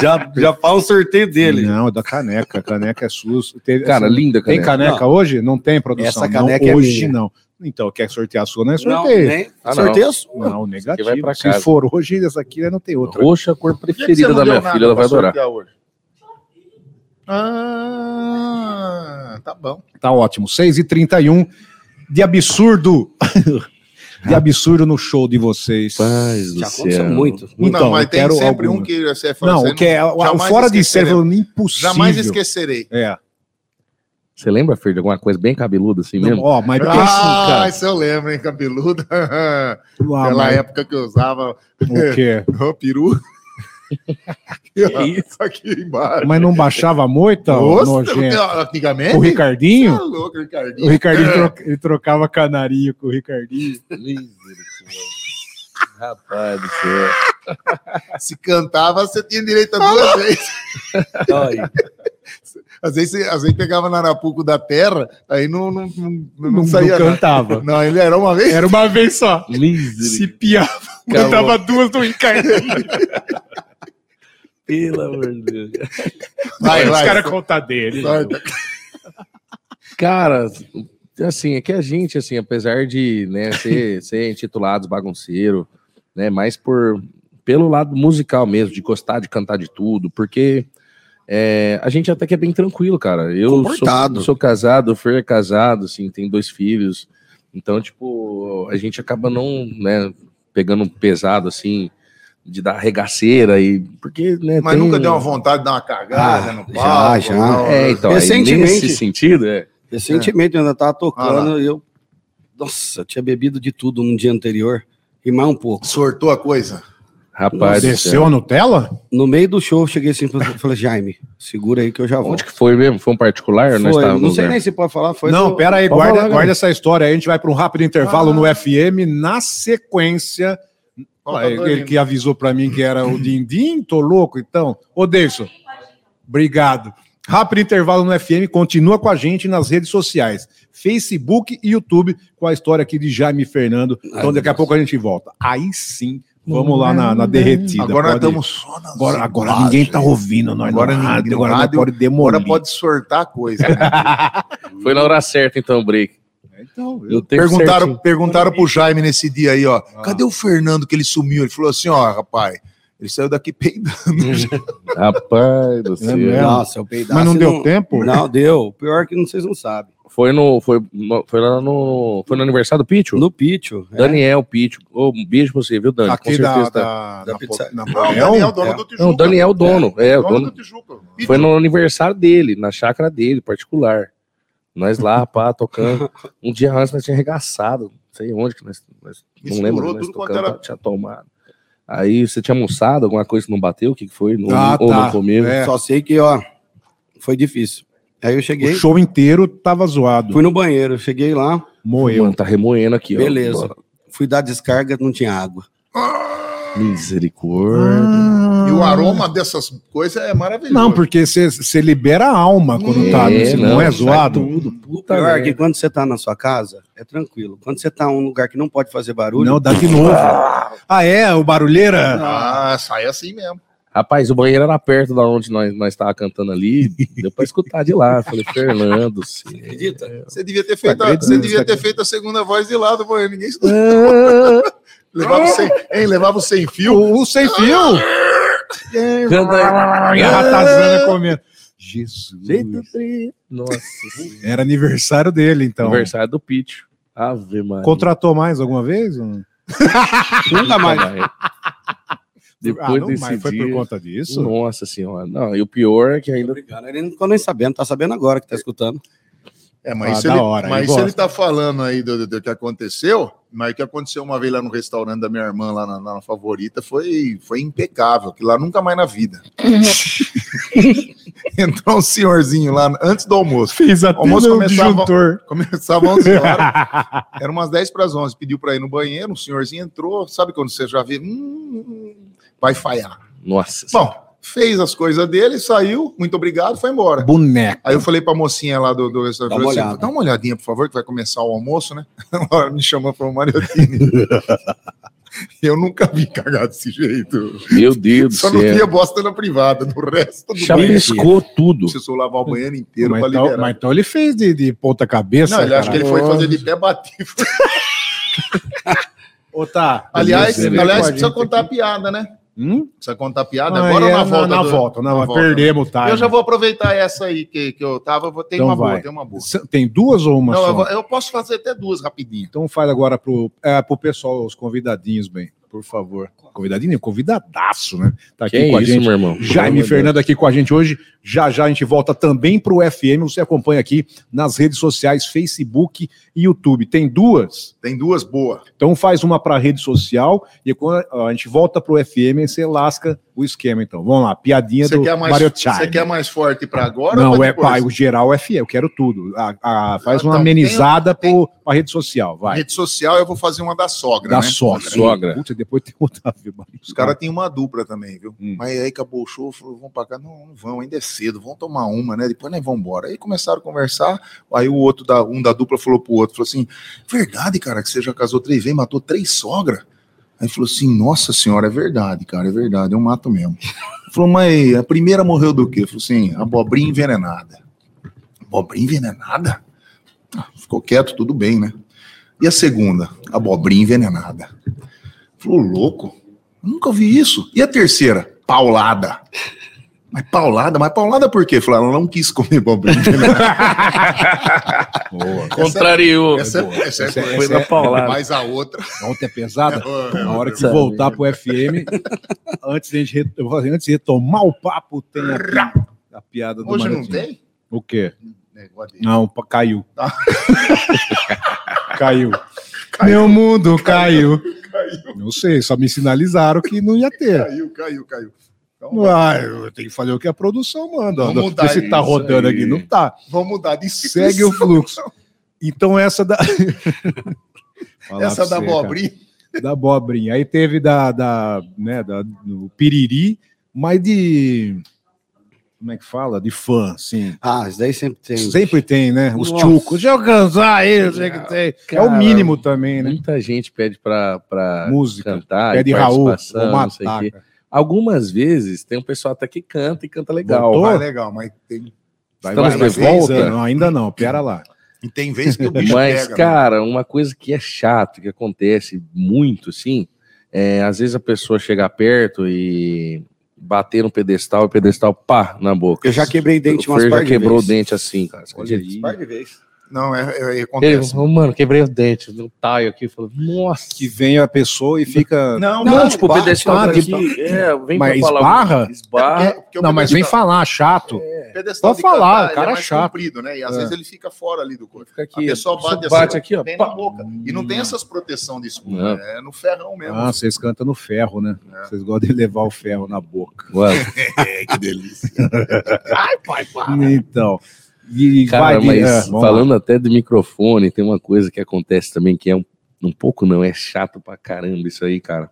E: Já, já faz o sorteio dele.
C: Não, é da caneca. A caneca é sua. Teve-
D: Cara,
C: essa-
D: linda,
C: Tem
D: cara.
C: caneca hoje? Não tem produção.
E: Essa caneca
C: não,
E: é
C: hoje
E: minha.
C: não. Então, quer sortear a sua, não é
E: Não,
C: sorteio.
E: nem-
D: Ah, não.
E: sorteio é sua.
C: Não, negativo.
D: vai pra
C: Se
D: casa.
C: for hoje, essa aqui não tem outra.
D: Roxa, a cor
B: Por que que você
D: preferida
B: não
D: da
B: deu
D: minha
B: nada
D: filha, ela
B: pra
D: vai adorar.
B: sortear hoje? Ah, tá bom.
C: Tá ótimo. 6 e 31 de absurdo. de absurdo no show de vocês.
D: Paz do
E: Já
D: céu.
E: aconteceu muito.
C: Então,
B: não, mas
C: eu
B: tem
C: quero
B: sempre um
C: alguma.
B: que você fala,
C: Não,
B: você
C: o que é o- o
B: jamais
C: fora de série,
B: esquecerei.
C: falando, impossível.
B: jamais esquecerei.
C: É.
D: Você lembra, Fer, de alguma coisa bem cabeluda assim
C: Não,
D: mesmo?
C: ó, mas pensa,
B: Ah,
C: É assim, cara.
B: isso eu lembro, hein, cabeludo.
C: Ah,
B: Pela
C: mas
B: época que eu usava
C: o quê?
B: o peru.
D: isso?
B: Aqui embaixo.
C: Mas não baixava a moita, ô,
B: Nossa,
C: Então, nojento?
B: antigamente.
C: O Ricardinho?
B: Tá louco, Ricardinho.
C: O Ricardinho troca- ele trocava canarinho com o Ricardinho.
D: Rapaz do céu.
B: Se cantava, você tinha direito a duas vezes.
E: Olha aí.
B: Às vezes, você- às vezes pegava na Arapuco da Terra, aí não, não, não, não,
C: Não, não
B: saía. nada.
C: cantava.
B: Não, ele era uma vez.
C: Era uma vez só. Se
D: Liso.
C: piava,
D: Calou.
C: botava duas no Ricardinho.
D: Pelo amor de Deus.
B: Vai,
C: Os
B: vai.
C: caras contam dele.
B: Sorte.
D: Cara, assim, é que a gente, assim, apesar de né, ser, ser intitulados bagunceiro, né, mais por pelo lado musical mesmo, de gostar de cantar de tudo, porque é, a gente até que é bem tranquilo, cara. Eu
E: Comportado.
D: sou, sou casado, o Fer é casado, assim, tem dois filhos, então, tipo, a gente acaba não, né, pegando um pesado, assim, de dar regaceira e... Porque, né,
B: Mas
D: tem-
B: nunca deu uma vontade de dar uma cagada
E: Ah,
B: no
E: já,
B: palco.
E: já.
B: não.
D: É, então, aí,
E: Recentemente-
D: nesse sentido, é...
E: Recentemente eu ainda tava
B: Ah
E: tocando e eu. Nossa, eu tinha bebido de tudo no dia anterior. E mais um pouco.
B: Sortou a coisa.
D: Rapaz, do céu.
C: Desceu a Nutella?
E: No meio do show, eu cheguei assim e falei, Jaime, segura aí que eu já volto.
D: Onde que foi mesmo? Foi um particular? ou
E: Tá Foi,
D: nós tava
E: não
D: num
E: sei
D: lugar?
E: nem se pode falar, foi.
C: não,
E: do-
C: pera aí,
D: Pode
C: guarda,
D: falar,
C: guarda essa história aí. A gente vai para um rápido intervalo no FM. Na sequência,
B: Qual
C: Ué,
B: que é o
C: ele que avisou para mim que era o Dindim, tô louco, então. Ô, Deilson, obrigado. Rápido intervalo no FM, continua com a gente nas redes sociais, Facebook e YouTube, com a história aqui de Jaime Fernando. Então, daqui a pouco a gente volta. Aí sim, vamos lá na, na derretida.
B: Hum. Agora nós
C: pode ir.
B: estamos só nas
C: Agora, agora
B: imagens.
C: ninguém tá ouvindo, nós
B: Agora
C: no
B: ninguém-
C: rádio,
B: no
C: agora nós
B: rádio,
C: pode É, demolir.
B: Agora pode sortar a coisa. né?
D: Foi na hora certa, então, o break.
C: Então, eu-
D: Eu tenho
B: perguntaram,
D: certinho.
B: perguntaram pro Jaime nesse dia aí, ó. Cadê o Fernando que ele sumiu? Ele falou assim, ó, rapaz, ele saiu daqui peidando.
D: Rapaz do céu.
C: mesmo?
E: Nossa, eu peidaço.
B: assim
C: Mas não deu tempo?
E: Não, deu. Pior que não- vocês não sabem.
D: Foi no. Foi, no- foi lá no. Foi no aniversário do Pichu?
E: No Picho. é.
D: Daniel Pichu. Ô, um beijo pra você, viu, Dani?
C: aqui
D: Com
C: da,
D: certeza tá.
C: da,
E: Da
C: na-
E: pizza-
C: na-
B: Não, o
C: Napoleão?
B: Daniel, dono
E: É.
B: do Tijuca.
D: Não, o Daniel é o dono. É, o
B: dono
D: dono.
B: do Tijuca.
D: Foi no aniversário dele, na chácara dele, particular. Nós lá, pá, tocando. Um dia antes nós tinha arregaçado. Não sei onde que nós. nós- não
B: Misturou
D: lembro. onde Nós
B: tudo quanto
D: tocando,
B: era-
D: tinha tomado. Aí você tinha almoçado, alguma coisa que não bateu? O que, que foi? Ou-
C: Ah,
D: ou
C: tá.
D: não comeu?
C: É.
E: Só sei que, ó, foi difícil. Aí eu
C: O
E: cheguei,
C: show inteiro tava zoado.
E: fui no banheiro, cheguei lá,
C: Moeu.
D: Mano, tá remoendo aqui, ó.
E: beleza. Fui dar descarga, não tinha água.
D: Misericórdia.
B: E o aroma dessas coisas é maravilhoso.
C: Não, porque você libera a alma quando
B: É,
C: tá, não,
D: não,
C: é
D: sai
C: zoado?
E: Pior
D: merda.
E: que quando você tá na sua casa, é tranquilo. Quando você tá em um lugar que não pode fazer barulho,
C: Não, dá de novo. Ah, é? O Ah, barulheira?
B: Ah, sai assim mesmo.
D: Rapaz, o banheiro era perto da onde nós, nós tava cantando ali, deu pra escutar de lá. Falei, Fernando, sim.
E: Acredita?
B: Você devia ter feito, a,
C: acreditando,
B: você devia
C: tá
B: ter feito a segunda voz de lado, banheiro. Ninguém escutou.
D: Ah,
B: levava o sem, hein, levava o sem fio.
C: O, o sem fio.
D: É. canta-
C: E a ratazana comendo. É. Jesus.
D: Jeito triste. Nossa senhora.
C: Era aniversário dele, então.
D: Aniversário do Pitch. Ave Maria.
C: Contratou mais alguma vez? Hum. ou não?
E: Nunca mais.
D: Depois
C: Ah, não,
D: desse
C: mas foi
D: dia-
C: por conta disso?
D: Nossa senhora. Não, e o pior é que ainda.
E: Obrigado. Ele não ficou nem sabendo, tá sabendo agora que tá escutando.
B: É, mas
C: Ah,
B: se
C: da
B: ele,
C: hora,
B: mas
C: eu
B: se
C: gosto.
B: ele tá falando aí do, do- do que aconteceu, mas o que aconteceu uma vez lá no restaurante da minha irmã, lá na, na favorita, foi, foi impecável, que lá nunca mais na vida. Entrou um senhorzinho lá antes do almoço.
C: Fez até
B: Almoço
C: no
B: começava-
C: disjuntor.
B: Começava 11 horas, era umas 10 para as 11, pediu para ir no banheiro, o senhorzinho entrou, sabe quando você já vê, hum, vai falhar.
D: Nossa.
B: Bom, fez as coisas dele, saiu, muito obrigado, foi embora.
C: Boneco.
B: Aí eu falei pra mocinha lá do, do restaurante,
E: Dá uma
B: falei assim,
E: olhada.
B: dá uma olhadinha, por favor, que vai começar o almoço, né? Ela me chamou para o Mariottini. eu nunca vi cagar desse jeito.
D: Meu Deus
B: Só
D: do
B: não
D: céu.
B: via bosta na privada, no resto do banheiro.
D: Chapiscou tudo.
B: Precisou lavar o banheiro inteiro
C: Mas
B: pra
C: então,
B: liberar.
C: mas tá então ele fez de, de ponta cabeça.
B: Não, ele acha que ele foi fazer de pé batido.
C: Ô, tá.
B: aliás,
D: Beleza,
B: aliás
C: né?
B: precisa contar a piada, né?
C: Hum?
B: Precisa contar a piada.
C: Ah,
B: Agora
C: é,
B: ou na volta?
C: Na,
B: do-
C: volta, não,
B: na
C: mas perdemos o time.
B: Eu já vou aproveitar essa aí que, que eu tava. eu Vou, tem
C: Então
B: uma
C: vai.
B: boa, tem uma boa.
C: Se- Tem duas ou uma
B: Não,
C: só?
B: eu, vou- eu posso fazer até duas rapidinho.
C: Então faz agora pro, é, pro pessoal, os convidadinhos, bem, por favor. Convidadinho? né? Convidadaço, né? Tá aqui
D: Que
C: com
D: é
C: a
D: isso,
C: gente.
D: meu irmão?
C: Jaime
D: Pelo amor de
C: Fernando aqui com a gente hoje. Já já a gente volta também pro FM. Você acompanha aqui nas redes sociais, Facebook e YouTube. Tem duas.
B: Tem duas boas.
C: Então faz uma pra rede social e quando a a gente volta pro FM, você lasca o esquema. Então vamos lá, piadinha
B: Você
C: do
B: quer, mais,
C: Mario Chai.
B: você quer mais forte para agora? ou
C: Não,
B: pra
C: é
B: depois?
C: pai, o geral é fiel, eu quero tudo. A- a- faz
B: Ah,
C: uma
B: então,
C: amenizada pro, pra rede social, vai.
B: Rede social eu vou fazer uma da sogra.
C: Da
B: né?
C: sogra.
D: sogra.
C: Puta, depois tem outra. viu, mano?
B: Os caras têm uma dupla também, viu?
C: Hum.
B: Mas aí acabou o show, falou, vão pra cá. Não, não vão, ainda é cedo, vão tomar uma, né? Depois nós vamos embora. Aí começaram a conversar, aí o outro, da, um da dupla falou pro outro, falou assim, verdade, cara, que você já casou três vezes, matou três sogra. Aí falou assim, nossa senhora, é verdade, cara, é verdade, eu mato mesmo. falou, mas a primeira morreu do quê? Falou assim, abobrinha envenenada. Abobrinha envenenada? Ah, Ficou quieto, tudo bem, né? E a segunda, abobrinha envenenada. Falou, louco, nunca vi isso. E a terceira, paulada. Mas paulada, mas paulada por quê? Falou, ela não quis comer abobrinha envenenada.
C: Boa.
D: Contrariou.
B: é Essa, essa, é
C: Essa-
B: essa,
D: Foi na paulada.
B: Mas a outra.
C: Ontem é pesada. Na hora que
D: Sabe.
C: voltar pro FM, antes de, a gente re- eu vou fazer- antes de retomar o papo, tem a, a piada do
B: Hoje não
C: Marotinho.
B: tem? Tá.
C: O quê?
B: Negócio dele.
C: Não, pa- caiu. caiu. Meu mundo caiu. Não sei, só me sinalizaram que não ia ter.
B: Caiu, caiu, caiu. Então,
C: Ah, eu tenho que fazer o que a produção manda.
B: Vamos
C: Vamos
B: mudar
C: se tá
B: isso
C: rodando
D: aí.
C: aqui, não tá.
B: vamos mudar de
C: Segue o fluxo. Então essa da. Falar
B: Essa da
C: pra você, cara.
B: abobrinha.
C: Da abobrinha. Aí teve da, da, né, da do piriri, mas de. Como é que fala? De fã, sim.
E: Ah, isso daí sempre tem.
C: Sempre tem, né? Os
E: Nossa.
C: tchucos. Deixa eu cansar ele, sei que tem. É o Tá,
D: Cara,
C: mínimo também, né?
D: Muita gente pede pra, pra
C: Música.
D: cantar.
C: Pé de Raul,
D: participação,
C: vou
D: não sei o
C: matar.
D: quê.
C: cara.
D: Algumas vezes tem um pessoal até que canta e canta legal.
C: Voltou?
B: Mas tá legal, mas tem,
C: Vai,
D: Estamos
C: vai,
D: de
C: vai,
D: volta?
C: Zé. Não, ainda não, pera lá.
B: e tem vezes que o bicho
D: Mas,
B: pega. né?
D: cara, uma coisa que é chato, que acontece muito, assim, é, às vezes a pessoa chega perto e bater no pedestal e o pedestal pá na boca.
E: Eu já quebrei dente
D: o
E: umas
D: Fer
E: par
D: já
E: de
D: quebrou o
E: vezes.
D: dente assim, cara. Você
E: Olha
D: acredita?
E: aí. Par de vezes.
B: Não, é, é,
D: Ele
B: acontece.
D: falou, mano, quebrei o dente, deu um taio aqui. Falou, nossa,
C: Que vem a pessoa e fica.
B: Não,
D: Não, tipo, o
B: bate,
D: pedestal
B: bate,
D: tá
B: bate.
D: aqui. É, vem
C: Mas
D: pra falar.
C: esbarra?
B: É
D: Esbarra.
B: porque- porque o
C: Não, mas vem
B: pedestal- é,
C: falar, chato.
B: pedestal
C: Pode
B: de
C: falar,
B: cantar,
C: o cara
B: ele
C: é chato.
B: comprido, né? E às
C: É.
B: vezes ele fica fora ali do corpo.
D: Fica
B: A
D: aqui.
B: pessoa bate,
D: bate assim, aqui, ó,
B: bem
D: pá.
B: na boca. E não tem essas proteção de escudo,
D: Não.
B: né? é no ferrão mesmo.
C: Hum. Ah, vocês cantam no ferro, né? Vocês gostam de levar o ferro na boca.
D: Mano,
B: É, que delícia.
C: Então. E
D: Cara,
C: vai, é,
D: mas
C: vamos lá.
D: falando até do microfone, tem uma coisa que acontece também que é um, um pouco não, é chato pra caramba isso aí, cara.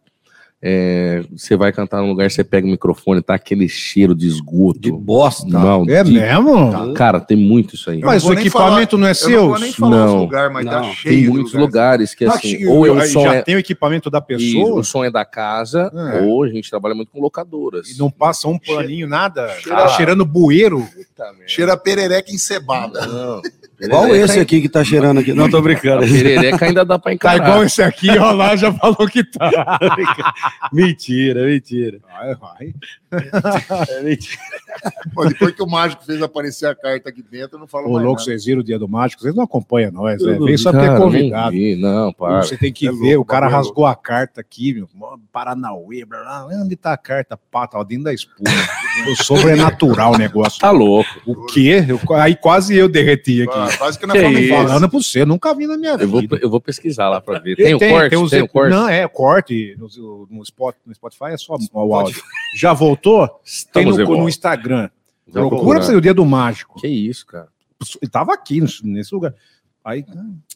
D: É, você vai cantar num lugar, você pega o microfone, tá aquele cheiro de esgoto.
E: De bosta.
C: É
D: de-
C: mesmo?
E: Tá.
D: Cara, tem muito isso aí.
B: Eu não
C: Mas
B: vou
C: o
B: nem
C: equipamento não é
B: Eu não
C: seu?
B: vou nem falar
D: Não.
B: os lugares, mas tá
E: Não,
B: cheio
D: Tem
B: de
D: muitos
B: lugar.
D: lugares que
C: Ah,
D: assim,
C: que-
D: ou é o
C: aí
D: som
C: já
D: é,
C: tem o equipamento da
D: e
C: pessoa
D: o som é da casa,
C: É.
D: ou a gente trabalha muito com locadoras.
C: e não passa um paninho, nada.
B: Cheira-
C: Tá cheirando bueiro.
D: Puta merda.
B: Cheira a perereca encebada.
D: Não.
E: Igual esse aqui que tá cheirando aqui. Não, tô
D: A
E: brincando.
D: perereca ainda dá pra
C: Tá
D: encarar.
C: igual esse aqui, ó lá, já falou que tá.
E: mentira, mentira.
C: Vai, vai.
E: É mentira.
B: Pô, depois que o mágico fez aparecer a carta aqui dentro, eu não falo
C: Ô,
B: mais
C: louco,
B: nada.
C: vocês viram o Dia do Mágico? Vocês não acompanham nós, né?
E: Eu não
C: Vem
E: vi,
C: só
D: Cara,
C: ter
D: não
C: convidado.
D: vi, Não, para.
C: Você tem que
B: É
C: ver,
B: louco,
C: o cara
B: bagulho é
C: rasgou a carta aqui, meu. mó Paranauê, blá, blá, blá. onde tá a carta? Pá, tava dentro da espuma. Foi sobrenatural o negócio.
D: Tá louco.
C: O quê? Eu- aí quase eu derreti aqui.
B: Ah, Quase que não
D: Que
B: é
D: isso.
B: falando.
C: Falando pra você, nunca vi na minha É vida.
D: Eu vou, eu vou pesquisar lá pra ver. Tem, o corte? Tem,
C: os-
D: o corte?
C: Não, é, corte. No, no, Spot- no Spotify é só o áudio. Já voltou?
D: Tá,
C: Tem no,
D: Estamos de volta.
C: no Instagram.
D: Vou
C: Procura pra
D: procurar.
C: você o dia do mágico.
D: Que isso, cara.
C: Ele tava aqui nesse- nesse lugar. Aí,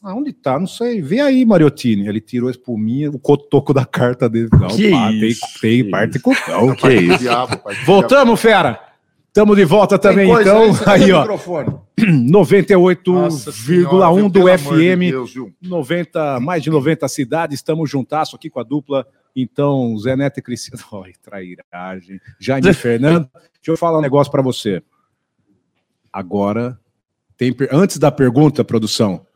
C: ah, onde tá? Não sei. Vê aí, Mariottini. Ele tirou a espuminha, o cotoco da carta dele. Não,
D: Que
C: tem,
D: isso,
C: tem
D: que
C: parte com
D: O que é isso?
B: Diabo, pai.
C: Voltamos, fera! Estamos de volta também, então. Aí, ó, 98,1 do FM. 90, mais de 90 cidades, estamos juntasso aqui com a dupla. Então, Zé Neto e Cristiano. Ai, trairagem. Jaime Fernando, deixa eu falar um negócio para você. Agora, tem per- antes da pergunta, produção,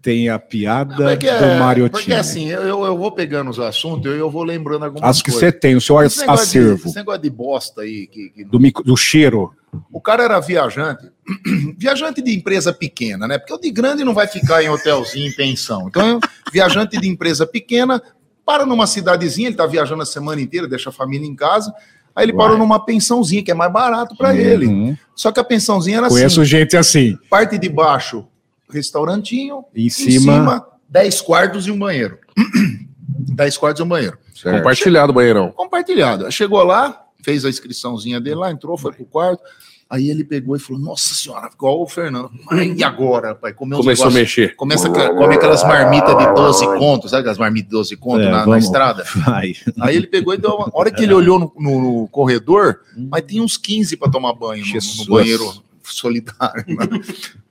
C: tem a piada
B: Porque,
C: do
B: é, porque
C: Mariotinho.
B: assim, eu, eu- eu vou pegando os assuntos e eu vou lembrando algumas
C: Acho que você
B: coisas.
C: tem o seu
B: Esse negócio de-
C: acervo
B: Esse negócio de bosta aí. que- que-
C: do, micro- do cheiro.
B: O cara era viajante, viajante de empresa pequena, né? Porque o de grande não vai ficar em hotelzinho, em pensão. Então, eu- viajante de empresa pequena, para numa cidadezinha, ele tá viajando a semana inteira, deixa a família em casa. Aí ele parou numa pensãozinha, que é mais barato para ele.
C: Uhum.
B: Só que a pensãozinha era assim.
C: Conheço gente assim.
B: Parte de baixo, restaurantinho.
C: Em
B: Em
C: cima.
B: cima, 10 quartos e um banheiro. 10 quartos e um banheiro.
D: Certo. Compartilhado, banheirão.
B: Compartilhado. Chegou lá, fez a inscriçãozinha dele lá, entrou, foi pro quarto. Aí ele pegou e falou: Nossa senhora, igual o Fernando. Ai, e agora, pai? Comeu uns
D: Começou a
B: negócios-
D: mexer.
B: Começa a ca- comer aquelas marmitas de 12 contos, sabe aquelas marmitas de 12 contos
C: É,
B: na, na
C: vamos.
B: estrada?
C: Vai.
B: Aí ele pegou e deu uma. A hora que
C: É.
B: ele olhou no, no- no corredor, mas tem uns 15 para tomar banho no- no,
C: Hum. Jesus.
B: banheiro solidário. né?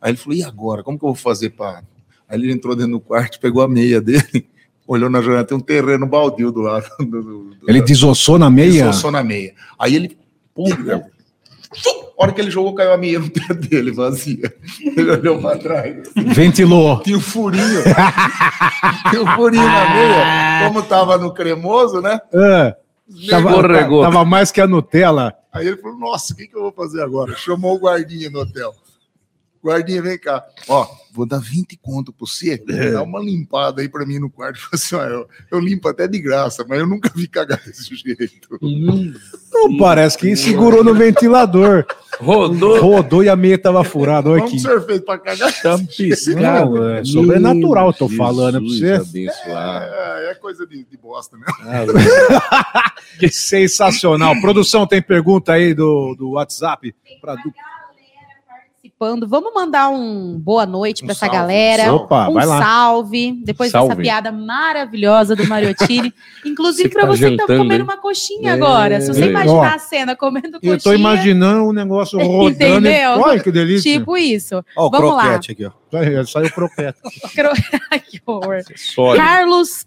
B: Aí ele falou: e agora? Como que eu vou fazer para. Aí ele entrou dentro do quarto, pegou a meia dele, olhou na janela, tem um terreno baldio do lado. Do, do- do-
C: Ele desossou na meia.
B: Desossou na meia. Aí ele. Pum, a hora que ele jogou, caiu a meia no pé dele, vazia. Ele olhou para trás.
C: Ventilou.
B: Tinha um furinho. tinha um furinho na meia. Como tava no cremoso, né?
C: Ah, tava,
D: Escorregou.
C: tava mais que a Nutella.
B: Aí ele falou: Nossa, o que, que eu vou fazer agora? Chamou o guardinha no hotel. Guardinha, vem cá. Ó, vou dar 20 conto pra você, dá uma limpada aí pra mim no quarto. Falei assim, ó, eu, eu limpo até de graça, mas eu nunca vi cagar desse jeito.
C: Não parece que segurou no ventilador.
D: Rodou.
C: Rodou e a meia tava furada. Olha
B: Como
C: aqui.
B: que o senhor fez pra cagar?
D: Tá
C: Não, é sobrenatural, tô falando pra você.
D: Abençoado.
B: É, é coisa de, de bosta, né?
C: Que sensacional. Produção, tem pergunta aí do, do WhatsApp? Pra du...
F: participando. Vamos mandar um boa noite
B: Um
F: para essa
B: salve,
F: galera.
B: salve.
C: Opa,
F: um
C: vai lá.
F: salve, depois dessa
D: Salve.
F: piada maravilhosa do Mariottini.
D: Você
F: Inclusive
D: que
F: para
D: tá
F: você que tá
D: jantando,
F: comendo
D: hein?
F: uma coxinha
D: É,
F: agora. Se você
D: é.
F: imaginar a cena comendo coxinha,
C: Eu tô imaginando um negócio rodando. e-
F: Entendeu?
C: Olha que delícia.
F: tipo isso.
E: Ó, o
F: Vamos lá.
E: croquete aqui, ó.
C: Sai- Saiu croquete.
F: Cro- Ai, que horror.
D: é Sólido.
F: Carlos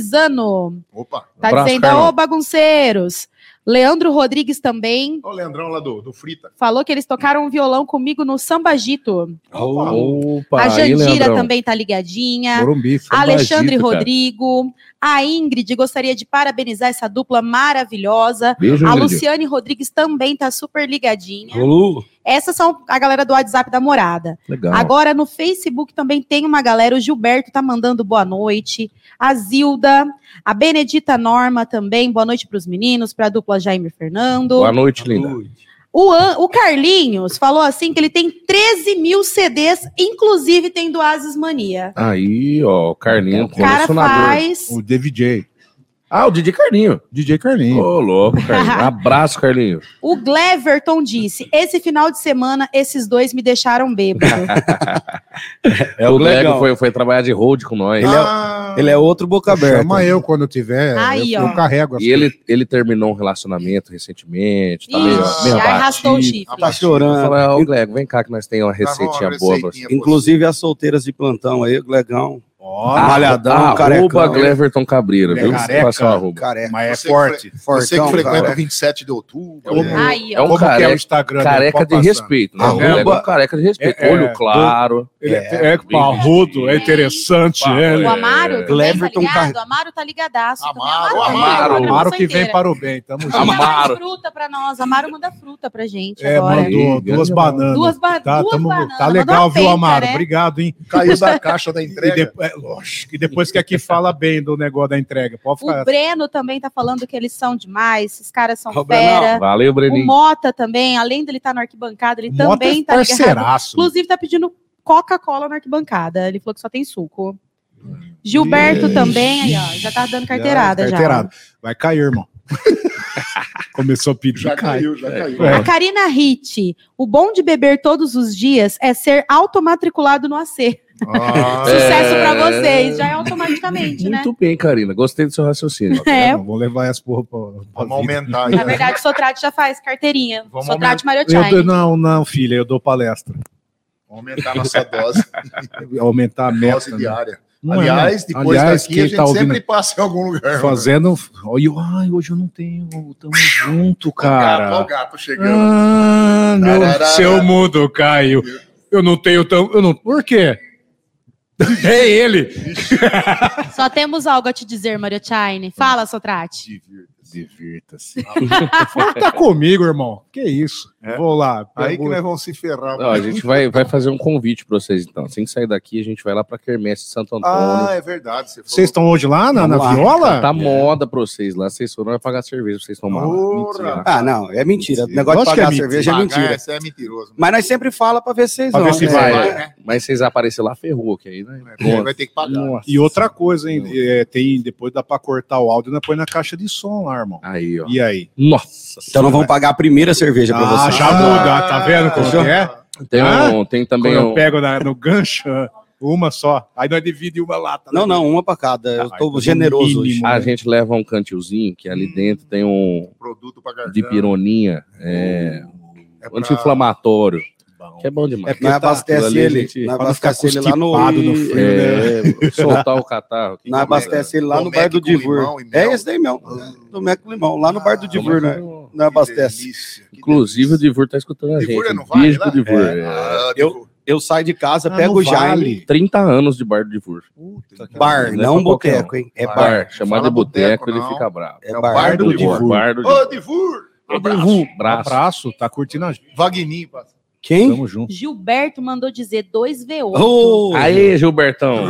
F: Cantizano
B: Opa,
F: tá
D: Abraço,
F: dizendo,
D: Carlão.
F: ô bagunceiros. Leandro Rodrigues também
B: olha o Leandrão lá do, do Frita.
F: falou que eles tocaram um violão comigo no Sambagito.
D: Opa,
F: a
D: aí,
F: Jandira
D: Leandrão.
F: também tá ligadinha.
C: Morumbi.
F: Alexandre
D: Bagito, cara.
F: Rodrigo, a Ingrid, gostaria de parabenizar essa dupla maravilhosa.
D: Beijo,
F: A
D: Ingrid.
F: Luciane Rodrigues também tá super ligadinha.
E: Lu.
F: Essas são a galera do WhatsApp da morada.
D: Legal.
F: Agora no Facebook também tem uma galera. O Gilberto tá mandando boa noite. A Zilda, a Benedita Norma também. Boa noite para os meninos, para a dupla Jaime Fernando.
D: Boa noite, linda.
F: O, An- o Carlinhos falou assim que ele tem 13 mil CDs, inclusive tem do Asis Mania.
D: Aí, ó, o Carlinho,
F: O cara
D: colecionador.
F: faz.
C: O DVJ.
D: Ah, o DJ Carlinho.
C: DJ
D: Ô,
C: Carlinho.
D: louco, Carlinho. Abraço, Carlinho.
F: O Gleverton disse: esse final de semana, esses dois me deixaram
C: Tá
F: bêbado.
D: É, o Lego foi, foi trabalhar de road com nós.
E: Ele é-
B: Ah,
E: Ele é outro
C: Tá
E: boca aberta.
C: Chama eu quando eu tiver.
F: Aí,
C: eu,
F: ó.
C: eu carrego. as
D: E ele, ele terminou um relacionamento recentemente. Tá meio,
F: Ixi,
D: meio
F: arrastou o
D: abatido.
F: chifre.
C: Tá
B: Rapaz,
D: Eu
E: Tá chorando.
D: falei, ô Glego, vem cá que nós temos uma é
B: tá
D: receitinha boa pra você.
E: Inclusive as solteiras de plantão aí, Glegão.
D: Ah,
C: Olha,
E: Malhadão,
D: arroba
E: carecão.
D: Gleverton Cabreira, viu?
C: Careca.
D: Passa o arroba.
E: Careca.
C: mas é
B: Você
C: forte.
B: Você
E: Fortão,
B: que frequenta
E: cara.
B: 27 de outubro.
C: Como-
B: né?
F: Aí,
D: É
F: ó.
D: um
C: Como que é o
D: careca,
C: Instagram? dele?
D: careca
C: Pode
D: de
C: passar.
D: respeito. Né?
E: Arroba-
D: O Glego é um careca de respeito.
C: É, é.
D: Olho claro.
C: Ele é, é, parrudo, é interessante.
F: O
C: É.
F: Amaro também tá
E: Gleverton
F: ligado?
E: Car-
F: O Amaro tá ligadaço. também. tá
B: Amaro,
D: Amaro.
F: manda a
C: Amaro
F: produção
C: que vem
F: inteira.
C: para o bem. Tamo junto.
F: Manda mais
D: Amaro.
F: fruta pra nós. Amaro manda fruta pra gente
C: É,
F: agora. né?
C: mandou
D: Aí,
C: duas
D: grande
C: bananas.
F: Duas, ba
C: Tá,
F: duas
C: tamo-
F: bananas.
C: tá
F: mandou
C: legal,
F: uma
C: viu,
F: penca,
C: Amaro?
F: né?
C: Obrigado, hein?
B: Caiu da caixa da
C: E
B: entrega.
C: depois, é, lógico, e depois que aqui fala bem do negócio da entrega. Pode
F: O
C: ficar.
F: Breno também tá falando que eles são demais. Esses caras são
E: Ô, Brenão,
F: fera.
D: Valeu,
F: O
D: Breninho.
F: Mota também, além dele estar tá na arquibancada, ele
C: Mota
F: também
C: é
F: tá ligado.
C: parceiraço.
F: Inclusive, tá pedindo Coca-Cola na arquibancada. Ele falou que só tem suco. Gilberto
C: Ixi.
F: também, aí, ó. Já tá dando carteirada já.
C: Carteirada. Vai cair, irmão. Começou a pedir.
B: Já
C: cai.
B: caiu, já caiu.
C: É.
F: A Karina Hit, o bom de beber todos os dias é ser automatriculado no AC.
B: Ah,
F: Sucesso
D: É.
F: pra vocês, já é automaticamente, né?
D: Muito bem, Karina. Gostei do seu raciocínio.
F: É.
C: Não, vou levar as porra pra. pra
B: Vamos
C: vida.
B: aumentar aí.
F: Na verdade, o Sotrate já faz carteirinha.
C: Vamos
F: Sotrate
C: Eu dou-
F: Mariochai.
C: não, não, filha, eu dou palestra.
B: Vamos aumentar a nossa dose,
C: Aumentar a meta.
B: dose
C: né?
B: diária.
C: Não é, né?
B: Aliás, depois
C: Aliás,
B: daqui
C: quem
B: a gente
C: tá ouvindo-
B: sempre É, passa em algum lugar. né?
C: Fazendo. Ai, eu- ai, hoje eu não tenho. Tamo junto,
B: Cara, olha o
C: cara.
B: gato chegando.
C: Ah, meu,
B: Tararara.
C: seu mundo caiu. Eu não tenho tão. Eu não, por quê? É ele.
F: Só temos algo a te dizer, Mariochai. Fala, Sotrate.
C: É
A: Divirta-se.
C: Tá comigo, irmão. Que isso? Vou lá.
B: É. Aí que
C: pego-
B: nós vamos se ferrar.
D: Não, a gente vai, vai fazer um convite pra vocês, então. Assim que sair daqui, a gente vai lá pra Quermesse de Santo Antônio.
B: Ah, é verdade. Você
C: né? Vocês estão hoje lá na, na
E: Vamos lá.
C: viola?
D: Tá moda pra vocês lá. Vocês foram vai pagar cerveja pra vocês tomarem.
B: Porra!
D: Mentira.
E: Ah, não, é mentira. O
C: Mentira.
E: negócio
C: Lógico
E: de pagar
C: que é é.
E: cerveja é mentira.
B: Você é mentiroso.
E: Mas nós sempre fala pra ver se vocês
C: Pra ver
E: vão.
C: se
E: né?
C: vai.
B: Vai, né?
D: Mas vocês aparecer lá, ferrou, que aí, né?
B: Ele vai ter que pagar.
C: E outra coisa, hein? é, tem, depois dá pra cortar o áudio, né? Põe na caixa de som lá, irmão.
D: Aí, ó.
C: E aí?
D: Nossa.
E: Então não vão pagar a primeira cerveja pra
C: Ah,
E: vocês.
C: já muda, tá vendo como
E: Fechou?
C: que é?
D: Tem, um,
C: Ah,
D: tem
C: Quando
D: também
C: eu
D: um.
C: pego na- no gancho, uma só. Aí nós dividimos uma lata. né?
E: Não, não, uma pra cada. Eu
C: Ah,
E: tô
C: então
E: generoso
C: mínimo,
E: hoje.
C: né?
D: A gente leva um cantilzinho que ali dentro tem um
B: Produto pra garganta.
D: de pironinha, é,
B: É pra-
D: anti-inflamatório, que é bom demais.
C: É
E: Nós
C: tá,
E: abastece
D: aquilo ali,
E: ele.
D: gente,
E: Nós
C: pra não ficar
E: abastece ele lá no.
C: constipado no frio,
E: é,
D: É, soltar o catarro. aqui.
E: Nós abastece ele lá no
B: Tomé
E: bar do
B: com
E: Divur.
B: limão e mel. Ah,
E: É esse daí mesmo. Tomé com limão. Lá no bar do Divur, né? Nós abastece.
B: delícia, que
D: Inclusive o
B: delícia.
D: Divur tá escutando a gente.
B: Divur é no
D: Um
B: Vale,
D: beijo
B: lá?
D: pro Divur. é.
B: Ah,
E: Eu-
B: Divur.
E: Eu saio de casa,
C: Ah,
E: pego
C: no
E: o Jaime.
C: vale.
D: 30 anos de bar do Divur.
E: Bar,
D: Não é
E: não,
D: pra qualquer
E: boteco, hein? É
B: Bar.
E: bar.
D: Bar, chamado
B: Fala
D: de boteco,
B: boteco,
D: ele
B: não.
D: fica bravo.
E: É
B: É o
E: bar.
B: bar do
C: Divur.
D: Bar do
B: Ô,
D: Divur.
B: Divur!
D: Braço.
C: Abraço, tá curtindo a gente.
B: Vagninho, parceiro.
E: Quem?
C: Tamo junto.
F: Gilberto mandou dizer 2V8.
E: Ô,
D: Aê, Gilbertão.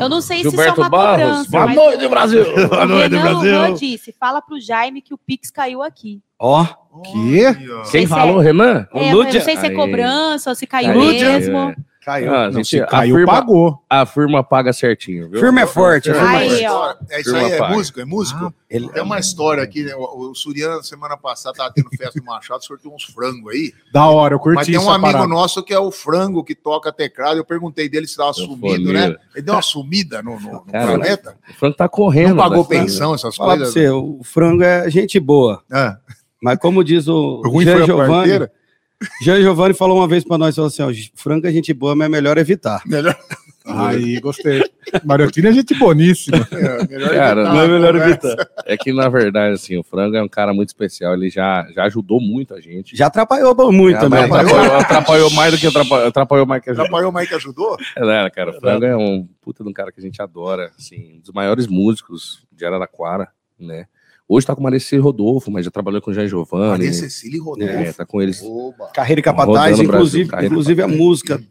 F: Eu não sei se
D: Oh! Gilberto
F: isso é uma
D: Barros.
F: cobrança,
D: Boa
F: mas
D: noite, Brasil.
F: o
D: Boa
F: Renan Luan disse, fala pro Jaime que o Pix caiu aqui.
E: Ó,
C: Que?
B: Olha, ó.
D: Quem
F: Esse
D: falou, Renan?
E: O
F: É, eu não
E: Lúdia-
F: sei se é
D: Aí.
F: cobrança ou se caiu
D: Lúdia.
F: mesmo.
D: É.
E: caiu.
D: Ah,
C: Não,
D: gente,
C: se caiu,
D: a, firma,
C: pagou.
D: a firma paga certinho. Viu?
E: Firma é forte, Ah,
D: Firma
E: firma
D: é
E: é
F: Aí,
E: forte.
F: ó.
B: É isso aí, é
D: Firma
B: músico, é músico.
E: Ele-
B: Tem uma história aqui, né? O, o Suriano, semana passada, tava tendo festa no Machado, sorteou uns frangos aí.
C: Da hora, eu curti
B: Mas tem um
C: essa
B: amigo
C: parada.
B: nosso que é o frango que toca teclado. Eu perguntei dele se estava sumido, né?
D: Sanfoneiro.
B: Ele deu uma sumida no, no- no
D: Cara,
B: planeta.
D: O Franco tá correndo.
B: Não pagou
D: né?
B: pensão, essas
E: Falar pra
B: coisas.
E: você, o frango é gente boa.
B: Ah,
E: Mas como diz o
B: O ruim foi
E: Jean
B: a
E: Giovanni,
B: parteira.
E: Jean Giovanni falou uma vez pra nós, falou assim, ó, frango é gente boa, mas é melhor evitar.
B: melhor,
C: Aí, gostei. Mariotina é gente boníssima.
B: é, melhor
D: Cara,
B: evitar
D: não é
B: a
E: melhor
B: conversa.
D: É que, na verdade, assim, o Frango é um cara muito especial. Ele já, já ajudou muito a gente.
E: Já atrapalhou muito
D: Já
E: também. tá?
D: mais- atrapalhou, atrapalhou mais do que atrapalhou, atrapalhou mais que ajudou.
B: Atrapalhou o Mike ajudou?
D: É, né, cara, o Frango é um puta de um cara que a gente adora, assim, um dos maiores músicos de Araraquara, né? Hoje tá com o Mareci Rodolfo, mas já trabalhou com o Jean Giovanni.
B: Maria Cecília e Rodolfo.
D: É, tá com eles.
B: Oba.
E: Carreira e
D: Rodando
E: Capataz,
D: o Brasil,
E: inclusive,
D: Carreira e
E: inclusive a
D: Capataz.
E: música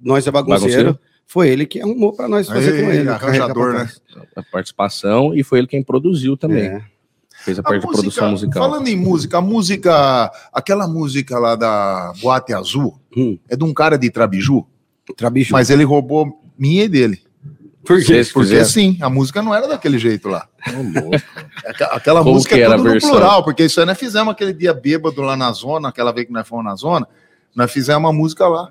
E: Nós é Bagunceiro, foi ele que arrumou pra nós fazer
B: Aí,
E: com ele.
B: arranjador, né?
E: Carreira e Capataz. É.
D: A participação e foi ele quem produziu também.
C: É.
D: Fez a parte de produção musical.
B: Falando em música, a música, aquela música lá da Boate Azul,
E: Hum.
B: é de um cara de Trabiju,
E: É, Trabicho.
B: mas ele roubou minha e dele.
E: Por quê?
D: Vocês
B: Porque
D: fizeram?
B: sim, a música não era daquele jeito lá. Aqua- Aquela
D: Como
B: música
D: que
B: é
D: era
B: tudo
D: a
B: no
D: versão?
B: plural, porque isso aí nós fizemos aquele dia bêbado lá na zona, aquela vez que nós fomos na zona, nós fizemos uma música lá.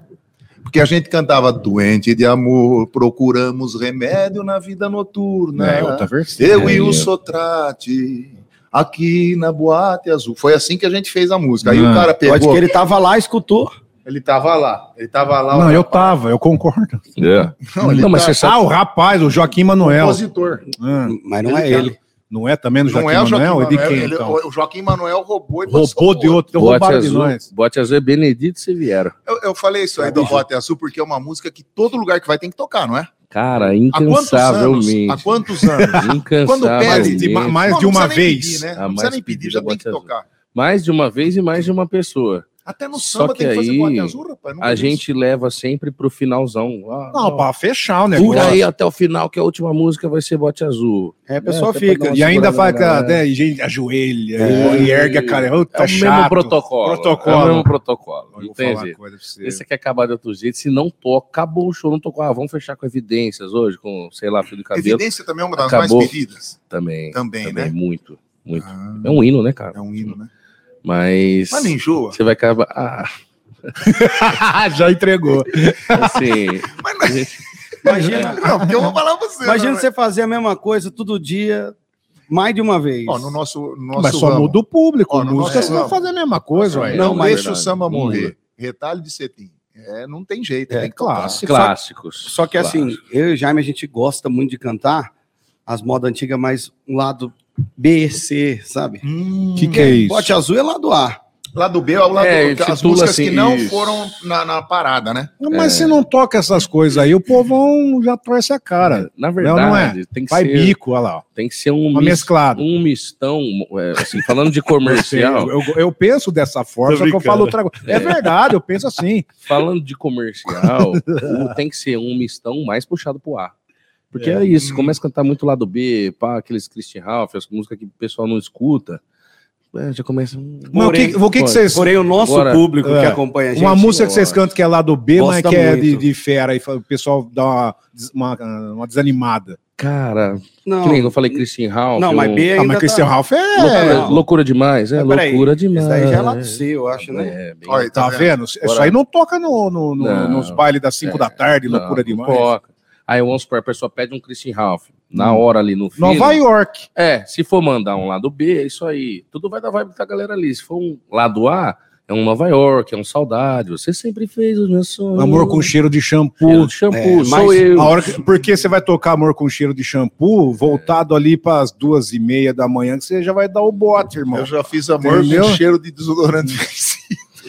B: Porque a gente cantava doente de amor, procuramos remédio na vida noturna.
C: É, outra versão.
B: Eu e
D: É.
B: o Sotrate, aqui na Boate Azul. Foi assim que a gente fez a música. Aí
C: Ah,
B: o cara
E: Pode
B: pegou,
E: que
B: ele...
E: ele tava lá, escutou.
B: tava lá, ele tava lá.
C: Não,
B: o
C: eu tava, eu concordo.
B: Não, ele
D: é. Não, mas
B: tá-
D: você sabe.
C: Ah, o rapaz, o Joaquim Manuel.
B: compositor.
C: Ah,
D: Hum.
E: Mas não é
B: Ele tá-
E: ele.
C: não é também do Joaquim,
B: não é o Joaquim
C: Manuel? É de
B: Manuel,
C: quem,
B: ele-
C: então?
B: O Joaquim Manuel roubou e
C: Roubou de outro, então
D: Bote
C: roubaram de
D: azul,
C: nós.
D: bote azul é Benedito se vieram.
B: Eu, eu falei isso aí do Bote Azul porque é uma música que todo lugar que vai tem que tocar, não é? Há
D: Cara,
B: quantos anos? Há
D: incansavelmente.
B: quantos anos? perde,
D: Incansavelmente.
C: de- ma- ma-
D: mais,
C: Mais
B: Não,
C: de
B: não
C: uma
B: precisa nem
C: vez.
B: pedir, né?
D: Ah,
B: Não precisa
D: mais
B: nem pedir,
D: pedido
B: já
D: é
B: tem que
D: Bote Azul.
B: tocar.
D: de uma vez e mais de uma pessoa.
B: Até no
D: Só
B: samba
D: que
B: tem que fazer
D: aí,
B: Bote Azul, rapaz. nunca
D: A
B: vi isso.
D: gente leva sempre pro finalzão. Ah,
C: Não, pra fechar o negócio.
D: Pura aí até o final, que a última música vai ser bote azul.
E: É, a pessoa
B: tá
D: até pra dar
E: fica.
D: né? uma
C: E ainda
D: segurada
C: faz
D: na
C: aquela,
D: galera.
C: né, e gente ajoelha,
D: É.
C: e ergue a cara. Ô,
D: É
C: tá
D: o mesmo
C: chato.
D: protocolo.
C: Protocolo.
D: É o mesmo protocolo.
C: Eu
D: Não
C: vou
D: tem
C: falar uma
D: jeito.
C: coisa pra você.
D: Esse aqui acabar de outro jeito. Se não toca, acabou o show, não tocou. Ah, vamos fechar com evidências hoje, com, sei lá, fio de cabelo.
B: Evidência também é uma das
D: Acabou.
B: mais pedidas.
D: Também.
B: Também,
D: Também, é
B: né?
D: muito. Muito.
B: Ah,
D: É um hino, né, cara?
B: é um hino, né?
D: Mas.
B: Mas não enjoa.
D: Você vai acabar. Ah,
C: Ah, Já entregou.
D: assim.
B: Mas não-
E: Imagina,
B: não, porque eu vou falar pra você.
E: imagina
B: né?
E: você fazer a mesma coisa todo dia, mais de uma vez.
B: Ó, no nosso, no nosso
C: Mas só
B: ramo,
C: muda o público.
B: Ó, no
C: música,
B: nosso
C: você vai
B: ramo.
C: fazer a mesma coisa, ué.
B: Não
D: Não, mas- Hum.
B: deixa o samba
D: Não
B: morrer.
D: muda.
B: Retalho de cetim. É, não tem jeito.
E: É,
B: tem que
C: claro.
B: tocar.
D: clássicos.
E: Só que assim, eu e o Jaime, a gente gosta muito de cantar as modas antigas, mas um lado B, C, sabe?
B: Hum,
C: Que que é isso?
E: Bote azul é lado A.
B: Lado B ao lado as
D: É, titula
B: músicas
D: assim,
B: que não
D: isso.
B: foram na, na parada, né?
D: É.
C: Mas se não toca essas coisas aí, o povão já torce a cara.
D: Na
C: Não,
D: verdade,
C: não é.
D: tem, que
C: Vai
D: ser,
C: bico, olha lá. ó.
D: tem que ser um,
C: Uma
D: mis-
C: mesclada.
D: um mistão. é, assim, falando de comercial,
C: Eu, eu- eu penso dessa forma,
D: Tô
C: só que eu
D: brincando.
C: falo outra coisa. É verdade, eu penso assim.
D: falando de comercial, o- tem que ser um mistão mais puxado pro A. Porque é, isso, começa a cantar muito lado B, pá, aqueles Christian Ralph, as músicas que o pessoal não escuta. é, já começa. hum,
C: Mas o que, o que, que vocês.
E: Porém, o nosso
D: Agora-
E: público
C: É.
E: que acompanha a gente.
C: Uma música que vocês cantam que é lá do B, mas
E: Gosta
C: que é de,
E: muito.
C: de fera, e fa- o pessoal dá uma, des- uma, uma desanimada.
D: Cara, que nem
E: Não,
D: eu falei Christian Ralph.
E: não mas
D: um-
E: B
C: Ah,
E: ainda
C: mas Christian
E: tá...
C: Ralph é.
D: Loucura,
E: não.
D: loucura demais, é
E: Mas peraí,
D: loucura demais.
E: Esse daí já é lado C, eu acho, né?
D: É, bem-
B: Olha,
C: Tá vendo? Isso aí não toca no, no- no-
D: Não.
C: nos bailes das 5
D: É.
C: da tarde,
D: Não,
C: loucura
D: não
C: demais.
D: toca. Aí vamos supor, a pessoa pede um Christian Ralph na
E: Hum.
D: hora ali no fim.
C: Nova York.
D: É, se for mandar um lado B, é isso aí. Tudo vai dar vibe da galera ali. Se for um lado A, é um Nova York, é um saudade. Você sempre fez os meus
E: Hum.
D: sonhos.
C: Amor com cheiro de shampoo.
D: o shampoo,
E: É, mas-
D: sou eu.
C: A hora que- porque você vai tocar amor com cheiro de shampoo, voltado ali para as duas e meia da manhã, que você já vai dar o bote, irmão.
B: Eu já fiz amor
C: Entendeu?
B: com cheiro de desodorante.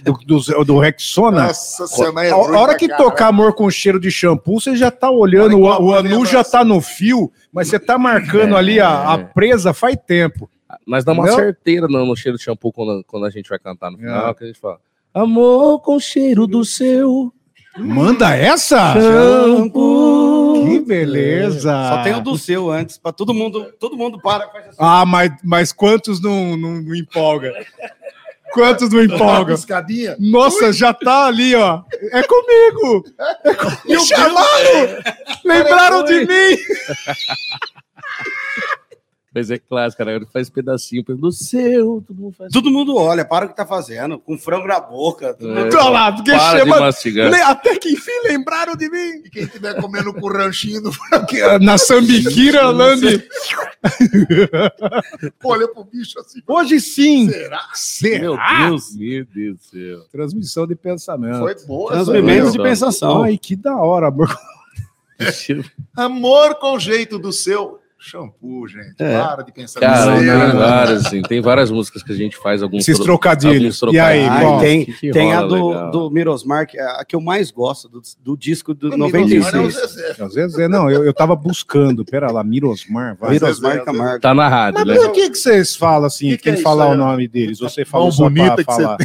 C: Do, do, do Rexona.
B: Nossa senhora, é
C: a,
B: ruim
C: a hora
B: pra
C: que
B: caralho.
C: tocar amor com cheiro de shampoo, você já tá
B: Olha
C: olhando, o,
B: que uma
C: o
B: boa
C: Anu já
B: lembrança.
C: tá no fio, mas você tá marcando
D: É.
C: ali a, a presa faz tempo.
D: Nós dá uma
C: Não?
D: certeira no, no cheiro de shampoo quando, quando a gente vai cantar no final,
C: Ah.
D: que a gente fala. Amor com cheiro do seu
C: Manda essa?
D: shampoo.
C: Que beleza!
E: É. Só tem o do seu antes, pra todo mundo, todo mundo para. faz assim.
C: Ah, mas, mas quantos não, não, não empolga? Quantos não empolga?
B: piscadinha.
C: Nossa, já tá ali, ó. É comigo! É comigo. Me chamaram! Lembraram de mim!
D: Mas é clássico, cara. Ele faz pedacinho do seu. Todo mundo faz.
E: Todo mundo olha, para o que tá fazendo, com frango na boca. todo mundo-
C: Olha lá, porque
D: Para de
C: chama-
D: mastigar.
C: Le- Até que enfim lembraram de mim!
B: E quem estiver comendo com o ranchinho do
C: Na Sambiquira, Lani.
B: olha pro bicho assim.
C: Hoje sim!
B: Será?
D: Meu
C: Será?
D: Deus, meu Deus do céu.
C: Ah! Transmissão de pensamento.
B: Foi boa. essa,
E: Transmimentos
B: viu?
E: de pensação.
C: Ai, que da hora, amor.
B: Amor com jeito do seu shampoo, gente.
E: É.
B: Para de pensar
D: Cara,
B: nisso.
D: tem
C: não, não.
D: várias, assim, tem várias músicas que a gente faz alguns
C: Esses
D: tro-
C: trocadilhos.
D: alguns
C: E aí,
D: trocadilhos.
E: Ai,
C: bom,
E: tem
D: que
E: tem a
D: rola
E: do,
D: legal.
E: do Mirosmar, que é a que eu mais gosto, do, do disco do
B: Não, não, não,
E: 96.
B: Zezé.
C: Às vezes, é, não, eu, eu tava buscando. Pera lá, Mirosmar, vai.
E: Mirosmar Camargo.
D: Tá na rádio,
C: Mas
D: né?
C: por que, que vocês falam assim?
B: Que que
C: tem
B: é
C: que
B: isso
C: falar
B: aí,
C: o
B: ó?
C: nome deles. Você
B: Mão
C: falou só
B: bonita
C: pra
B: que você
C: falar.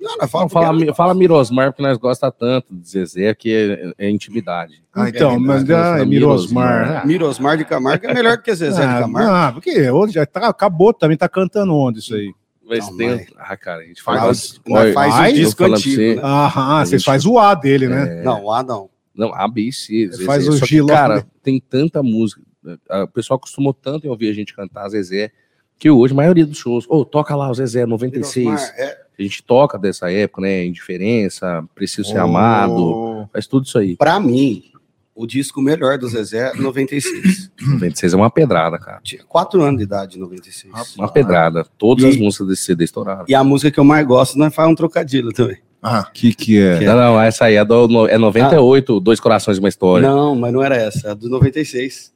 D: Não, fala, mi- fala Mirosmar, porque nós gosta tanto de Zezé, que é, é intimidade.
B: Ah,
C: Então,
B: entendi,
C: mas
D: entendi.
C: ah, é Mirosmar.
E: Mirosmar de Camargo é melhor que Zezé de
C: Ah,
E: Camargo.
C: ah, porque hoje já tá, acabou também, tá cantando onde isso aí?
D: Mas
E: Não,
D: tem.
E: mas-
D: Ah, cara, a gente
E: Mas
D: faz.
E: nós faz
C: ai,
D: eu
E: o disco
D: falando pra
E: antigo.
D: você, é.
E: né?
C: Ah, ah,
D: A
C: vocês
D: gente-
E: É,
C: fazem o A dele, né?
E: Não, lá não.
D: Não, A, B e C. Zezé.
C: Faz o
D: Só que,
C: giló,
D: Cara,
C: né?
D: tem tanta música. Ah, O pessoal acostumou tanto em ouvir a gente cantar Zezé, que hoje a maioria dos shows, ô, toca lá o Zezé, 96.
E: É,
D: A gente toca dessa época, né? Indiferença, Preciso Ser
B: Oh.
D: Amado, faz tudo isso aí.
E: pra mim, o disco melhor do Zezé é 96.
D: 96 é uma pedrada, cara.
E: Tinha 4 anos de idade em 96.
D: Uma pedrada. Todas
E: E-
D: as músicas desse CD estouraram.
E: E a música que eu mais gosto, nós faz um trocadilho também.
B: Ah,
C: O que que é?
D: Não, não, essa aí é, do, no- é 98, Dois Corações e uma História.
E: Não, mas não era essa, é do 96.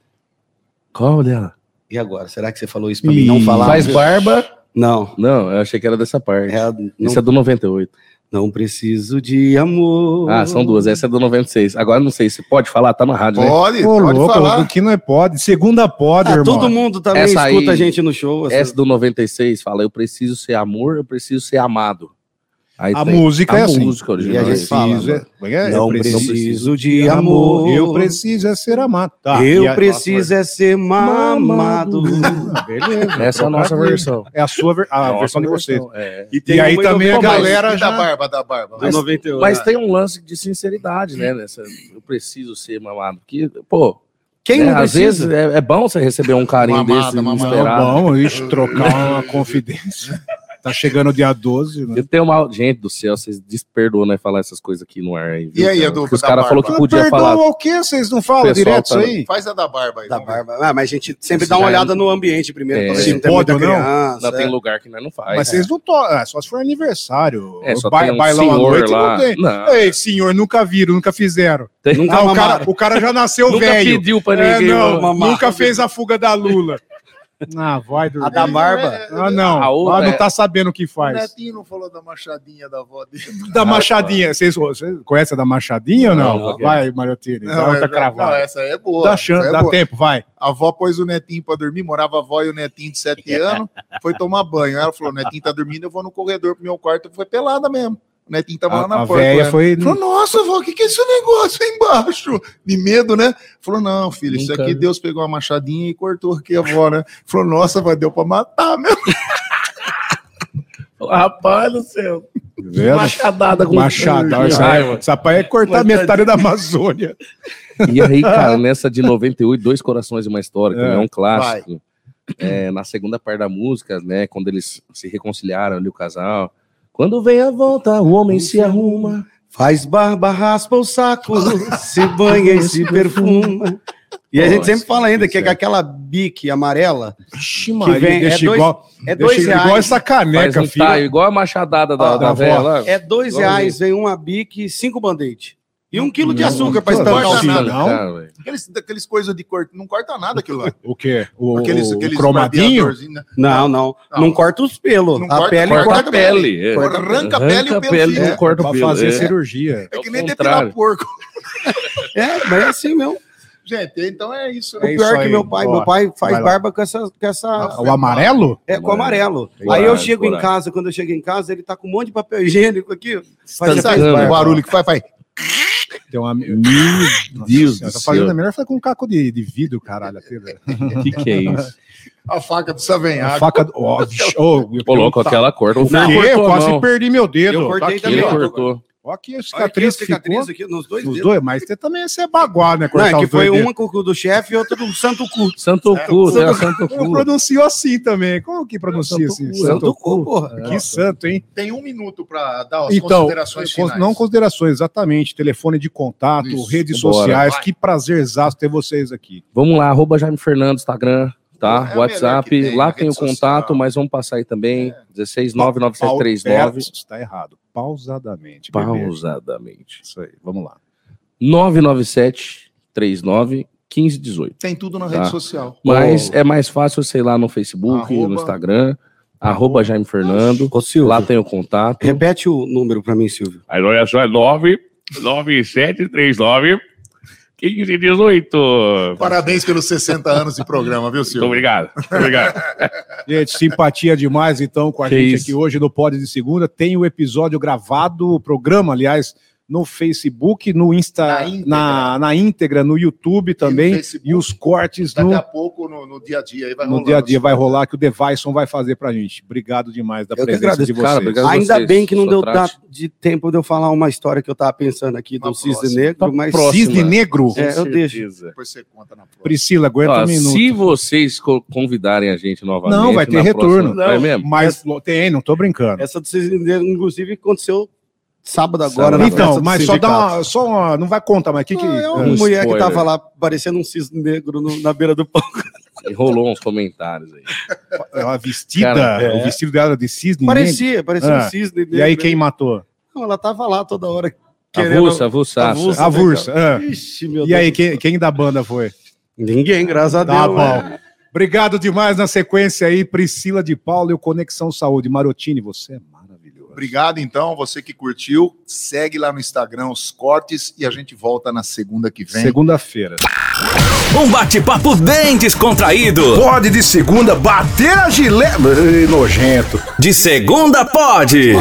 D: Qual é dela?
E: E agora? Será que você falou isso pra mim? Não
C: Ih,
E: falar.
D: Faz barba?
E: Não.
D: Não, eu achei que era dessa parte.
E: É a- não,
D: Essa é do 98.
E: não preciso de amor.
D: Ah, são duas. Essa é do 96. Agora não sei se pode falar, tá na rádio, né?
B: pode,
C: Ô,
B: pode
C: louco,
B: falar.
C: o que não é pode. Segunda pode,
E: Ah,
C: irmão.
E: todo mundo também
D: Essa aí-
E: escuta a gente no show. assim.
D: Essa do 96 fala: Eu preciso ser amor, eu preciso ser amado. Aí
C: A
D: tem-
C: música é
D: a
C: assim.
D: música
E: E a
D: original.
E: gente fala,
C: Preciso
E: mano.
C: é- como é que é?
E: não
C: Eu
E: preciso, de
C: de
E: amor.
C: Eu preciso é ser amado. Tá,
E: eu
C: e a- Ah,
E: preciso é ser mamado.
C: Beleza.
D: Essa é a nossa
C: Trocadilho.
D: versão.
C: É a sua ver- a
D: Nossa
C: versão de vocês.
D: versão, é.
C: E aí
E: uma
C: também a
E: do-
C: galera
B: E
C: já-
B: da barba, da barba.
E: do 98.
D: Mas
E: né?
D: tem um lance de sinceridade, né? Nessa, eu preciso ser mamado. Que, pô,
E: quem
D: né,
E: não
D: às
E: precisa?
D: vezes é, é bom você receber um carinho
B: Mamada,
D: desse
B: mamada.
D: inesperado.
C: Não, é Tá bom, ixi, trocar uma confidência. Tá chegando o dia 12, né?
D: Eu tenho uma. Gente do céu, vocês desperdoam, né? Falar essas coisas aqui no ar aí. viu,
B: E aí,
D: cara?
B: Edu,
D: Porque Os
B: da
D: caras falaram que
B: barba?
D: podia
C: Perdão
D: falar.
C: o quê? Vocês não falam
D: Pessoal,
C: direto
D: tá-
C: isso aí?
B: Faz a da barba aí.
E: Da
B: vamos ver.
E: barba. Ah, mas a gente sempre dá
D: Já
E: uma
D: é-
E: olhada no ambiente primeiro.
D: É.
E: pra ver
D: Se
E: não tem
C: pode
E: muita
C: ou não?
E: criança,
D: Não,
E: é.
D: tem lugar que nós não faz.
C: Mas vocês não tocam. É, só se for aniversário.
D: tá. É, só
C: Ba-
D: tem um
C: bailão à
D: senhor
C: noite
D: lá.
C: não tem.
D: Não,
C: Ei, senhor, nunca viram, nunca fizeram.
D: tem-
E: Nunca
C: Ah, o,
E: mamaram.
C: cara, o cara já nasceu
D: Nunca
C: velho.
D: pediu pra
C: É,
D: ninguém.
C: não,
D: mano.
E: mamar.
C: nunca fez a fuga da Lula. Ah, vai dormir.
E: A da barba.
C: Ah, não.
D: A outra
C: ah, não
D: é-
C: tá sabendo o
B: é,
C: que
B: O
C: faz.
B: Netinho não falou da machadinha da avó dele.
C: Da Machadinha. Vocês vocês conhecem a da Machadinha ou não?
D: Não, não.
C: Vai, Mariotini. Dá
B: é-
C: outra cravada.
B: essa aí é boa.
C: tá Dá, chance,
B: essa aí é
C: dá
B: boa.
C: tempo, vai.
B: A avó pôs o netinho pra dormir, morava a avó e o netinho de 7 anos, foi tomar banho. Ela falou: o netinho tá dormindo, eu vou no corredor pro meu quarto. Foi pelada mesmo. O netinho tava lá
C: A,
B: na
C: a
B: porta.
C: véia
B: né?
C: foi.
B: Falou, nossa, avó, o que, que é esse negócio aí embaixo? De medo, né? Falou, não, filho, isso
D: Nunca
B: aqui
C: né?"
D: vi.
B: Deus pegou uma machadinha e cortou aqui a avó, né? Falou, nossa, vai, deu pra matar, meu.
D: Rapaz do céu.
C: Vendo?
D: Machadada com
C: Machadão.
D: com
C: Essa,
D: raiva.
C: essa pai é cortar
D: Machadinha.
C: metade da Amazônia.
D: E aí, cara, nessa de 98, Dois Corações e uma História, que
C: É.
D: é um clássico. é, na segunda parte da música, né? Quando eles se reconciliaram ali, o casal. Quando vem a volta, o homem se arruma.
E: Faz barba, raspa o saco, se banha e se perfuma. E a gente
D: Nossa,
E: sempre fala ainda que é
D: isso é.
E: aquela bique amarela
C: Ixi, Maria,
E: vem-
C: deixa
E: é dois-
C: igual,
E: é
C: deixa
E: dois
C: igual
E: reais.
C: essa
D: Faz
C: caneca,
D: um
C: filho.
D: taio, igual a machadada da,
E: Ah,
D: da
C: da
D: véia
C: avó.
D: lá.
E: É dois
D: Igualzinho.
E: reais, vem uma bique e cinco band-aid. E um quilo de
C: Não,
E: açúcar
C: não
E: pra
B: importa
E: estancar o
B: nada.
E: filho.
C: não.
D: assim, Cara, velho.
B: Aqueles, daqueles coisas de corte, não corta nada aquilo lá.
C: O quê? O,
B: Aqueles,
C: o
B: aqueles
C: cromadinho?
B: barbeadorzinho, né?
E: Não, não.
B: Não.
E: Não corta os pelos.
B: Não
E: a
B: corta-
E: pele
D: Corta,
E: corta.
D: a pele. é.
B: Corta- arranca a pele e o
D: Arranca a
B: pelo
D: pele,
B: fica.
D: não corta o
C: Pra
D: pelo.
C: fazer
D: é.
C: cirurgia.
B: É
D: É
B: que
D: o
B: nem
D: contrário.
B: depilar porco.
E: É, mas é assim mesmo.
B: Gente, então é isso.
E: O
B: né?
C: É isso
E: pior é que
C: aí,
E: meu pai,
C: bora.
E: meu pai faz
C: Vai lá.
E: barba com essa, com essa
C: Ah, O amarelo?
E: É, com amarelo. Aí
D: Coragem,
E: eu chego em
D: coragem.
E: casa, quando eu chego em casa, ele tá com um monte de papel higiênico aqui.
B: Sabe
E: Faz-
D: Estancando.
B: o barulho que faz, faz.
C: Tem um uma... Meu
D: Deus
C: Tá
D: do
C: fazendo a
D: céu.
C: melhor foi com um caco de, de vidro, caralho. aquele.
D: O que, que é isso?
B: A faca do
C: A
B: Savanhago.
C: faca do. Ó, vixe, ó, eu-
D: Ô, louco, aquela corta. O
C: Não, eu
D: Fio cortou a
C: quase
D: mão.
C: perdi meu dedo.
E: Eu
C: ó,
E: cortei
C: aqui,
E: também,
D: Ele
E: ó.
D: cortou.
C: ó. Ó, aqui a
E: Olha aqui,
C: cicatriz, que
E: cicatriz
C: ficou
E: aqui nos dois
C: nos
E: dedos.
C: dois, mas você também você é bagual, né?
E: Não,
C: Cortar
E: é que
C: os dois
E: foi
C: dedos.
E: uma com o cu do chefe e outra do santo cu.
D: Santo cu, né? Santo
C: Não
D: cu.
C: pronunciou assim também. Como que pronuncia
D: Santo
C: assim?
D: cu,
E: um Santo cu, porra.
C: Que santo, hein?
B: Tem um minuto pra dar as
C: Então,
B: considerações
C: cons-
B: finais.
C: não considerações, exatamente. Telefone de contato,
B: Isso,
C: redes
D: bora.
C: sociais.
B: Vai.
C: Que prazerzaço ter vocês aqui.
D: Vamos lá, arroba Jaime Fernando, Instagram,
B: É a
D: tá?
B: melhor
D: WhatsApp,
B: que tem,
D: lá
B: na
D: tem o
B: rede
D: contato,
B: social. É.
D: mas vamos passar aí também.
C: Pau-
D: 1699739.
C: é, Está errado. Pausadamente. bebê.
D: Pausadamente.
C: Isso aí, vamos lá.
D: 997 39 1518.
B: Tem tudo na
D: Tá.
B: rede social.
D: Mas é mais fácil, sei lá, no Facebook,
B: Arroba-
D: no Instagram, arroba Jaime Fernando.
E: Ô, Silvio,
D: Lá tem o contato.
E: repete o número pra mim, Silvio.
G: Aí olha só, é 99739 1518. Muito
B: Parabéns pelos 60 anos de programa, viu, Silvio?
G: obrigado. Muito obrigado.
C: Gente, simpatia demais, então, com a
D: Que
C: gente
D: isso.
C: aqui hoje no Pod de Segunda. Tem o episódio gravado, o programa, aliás, no Facebook, no Insta,
B: Na
C: na
B: íntegra.
C: íntegra, na, íntegra no YouTube também. E,
B: Facebook.
C: os cortes
B: Daqui
C: no,
B: a pouco, no, no dia a dia, aí vai
C: no
B: rolando.
C: dia a dia vai rolar, que o Devaison vai fazer pra gente. Obrigado demais da
D: Eu que
C: presença de
D: agradeço,
C: vocês.
D: cara, obrigado.
E: Ainda
D: vocês,
E: bem que não
D: só
E: deu
D: atraso.
E: da- de tempo de eu falar uma história que eu tava pensando aqui do
B: Uma
E: Cisne
B: próxima.
E: Negro,
C: Tá
D: Uma
E: mas
D: próxima.
C: Cisne Negro.
E: É, eu deixo.
B: Depois você conta na próxima.
C: Priscila, aguenta
D: Ó,
C: um minuto.
D: se vocês co- convidarem a gente novamente.
C: Não, vai ter
D: na
C: retorno.
D: Próxima, vai
E: é
D: mesmo?
C: Mas tem, não tô brincando.
E: Essa do Cisne Negro, inclusive, aconteceu sábado agora.
D: Sábado.
E: na festa
C: Então,
E: do
C: mas só dá
E: sindicato.
C: uma, só uma- não vai contar, mas que que
E: Ah, é uma
D: um
E: mulher
D: spoiler.
E: que tava lá parecendo um cisne negro no- na beira do palco.
D: Enrolou uns comentários aí.
C: ela É vestida,
D: Cara,
E: é.
C: o vestido dela era de cisne negro.
E: Parecia, parecia
C: Ah,
E: um cisne negro.
C: E aí quem matou?
E: Não, ela tava lá toda hora querendo...
D: Avulsa, avulsaça.
E: avulsa.
C: A Vursa. ah.
E: Ixi, meu
C: E aí
E: Deus.
C: quem, quem da banda foi?
E: Ninguém, graças a Deus.
C: Tá
E: né?
C: bom. Obrigado demais na sequência aí, Priscila de Paulo e o Conexão Saúde. Marotini, você é maravilhoso.
B: Obrigado, então, você que curtiu. Segue lá no Instagram os cortes e a gente volta na segunda que vem.
C: Segunda-feira.
H: Um bate-papo bem descontraído.
I: Pode de segunda bater a gileta. Ih, Nojento.
H: De segunda pode.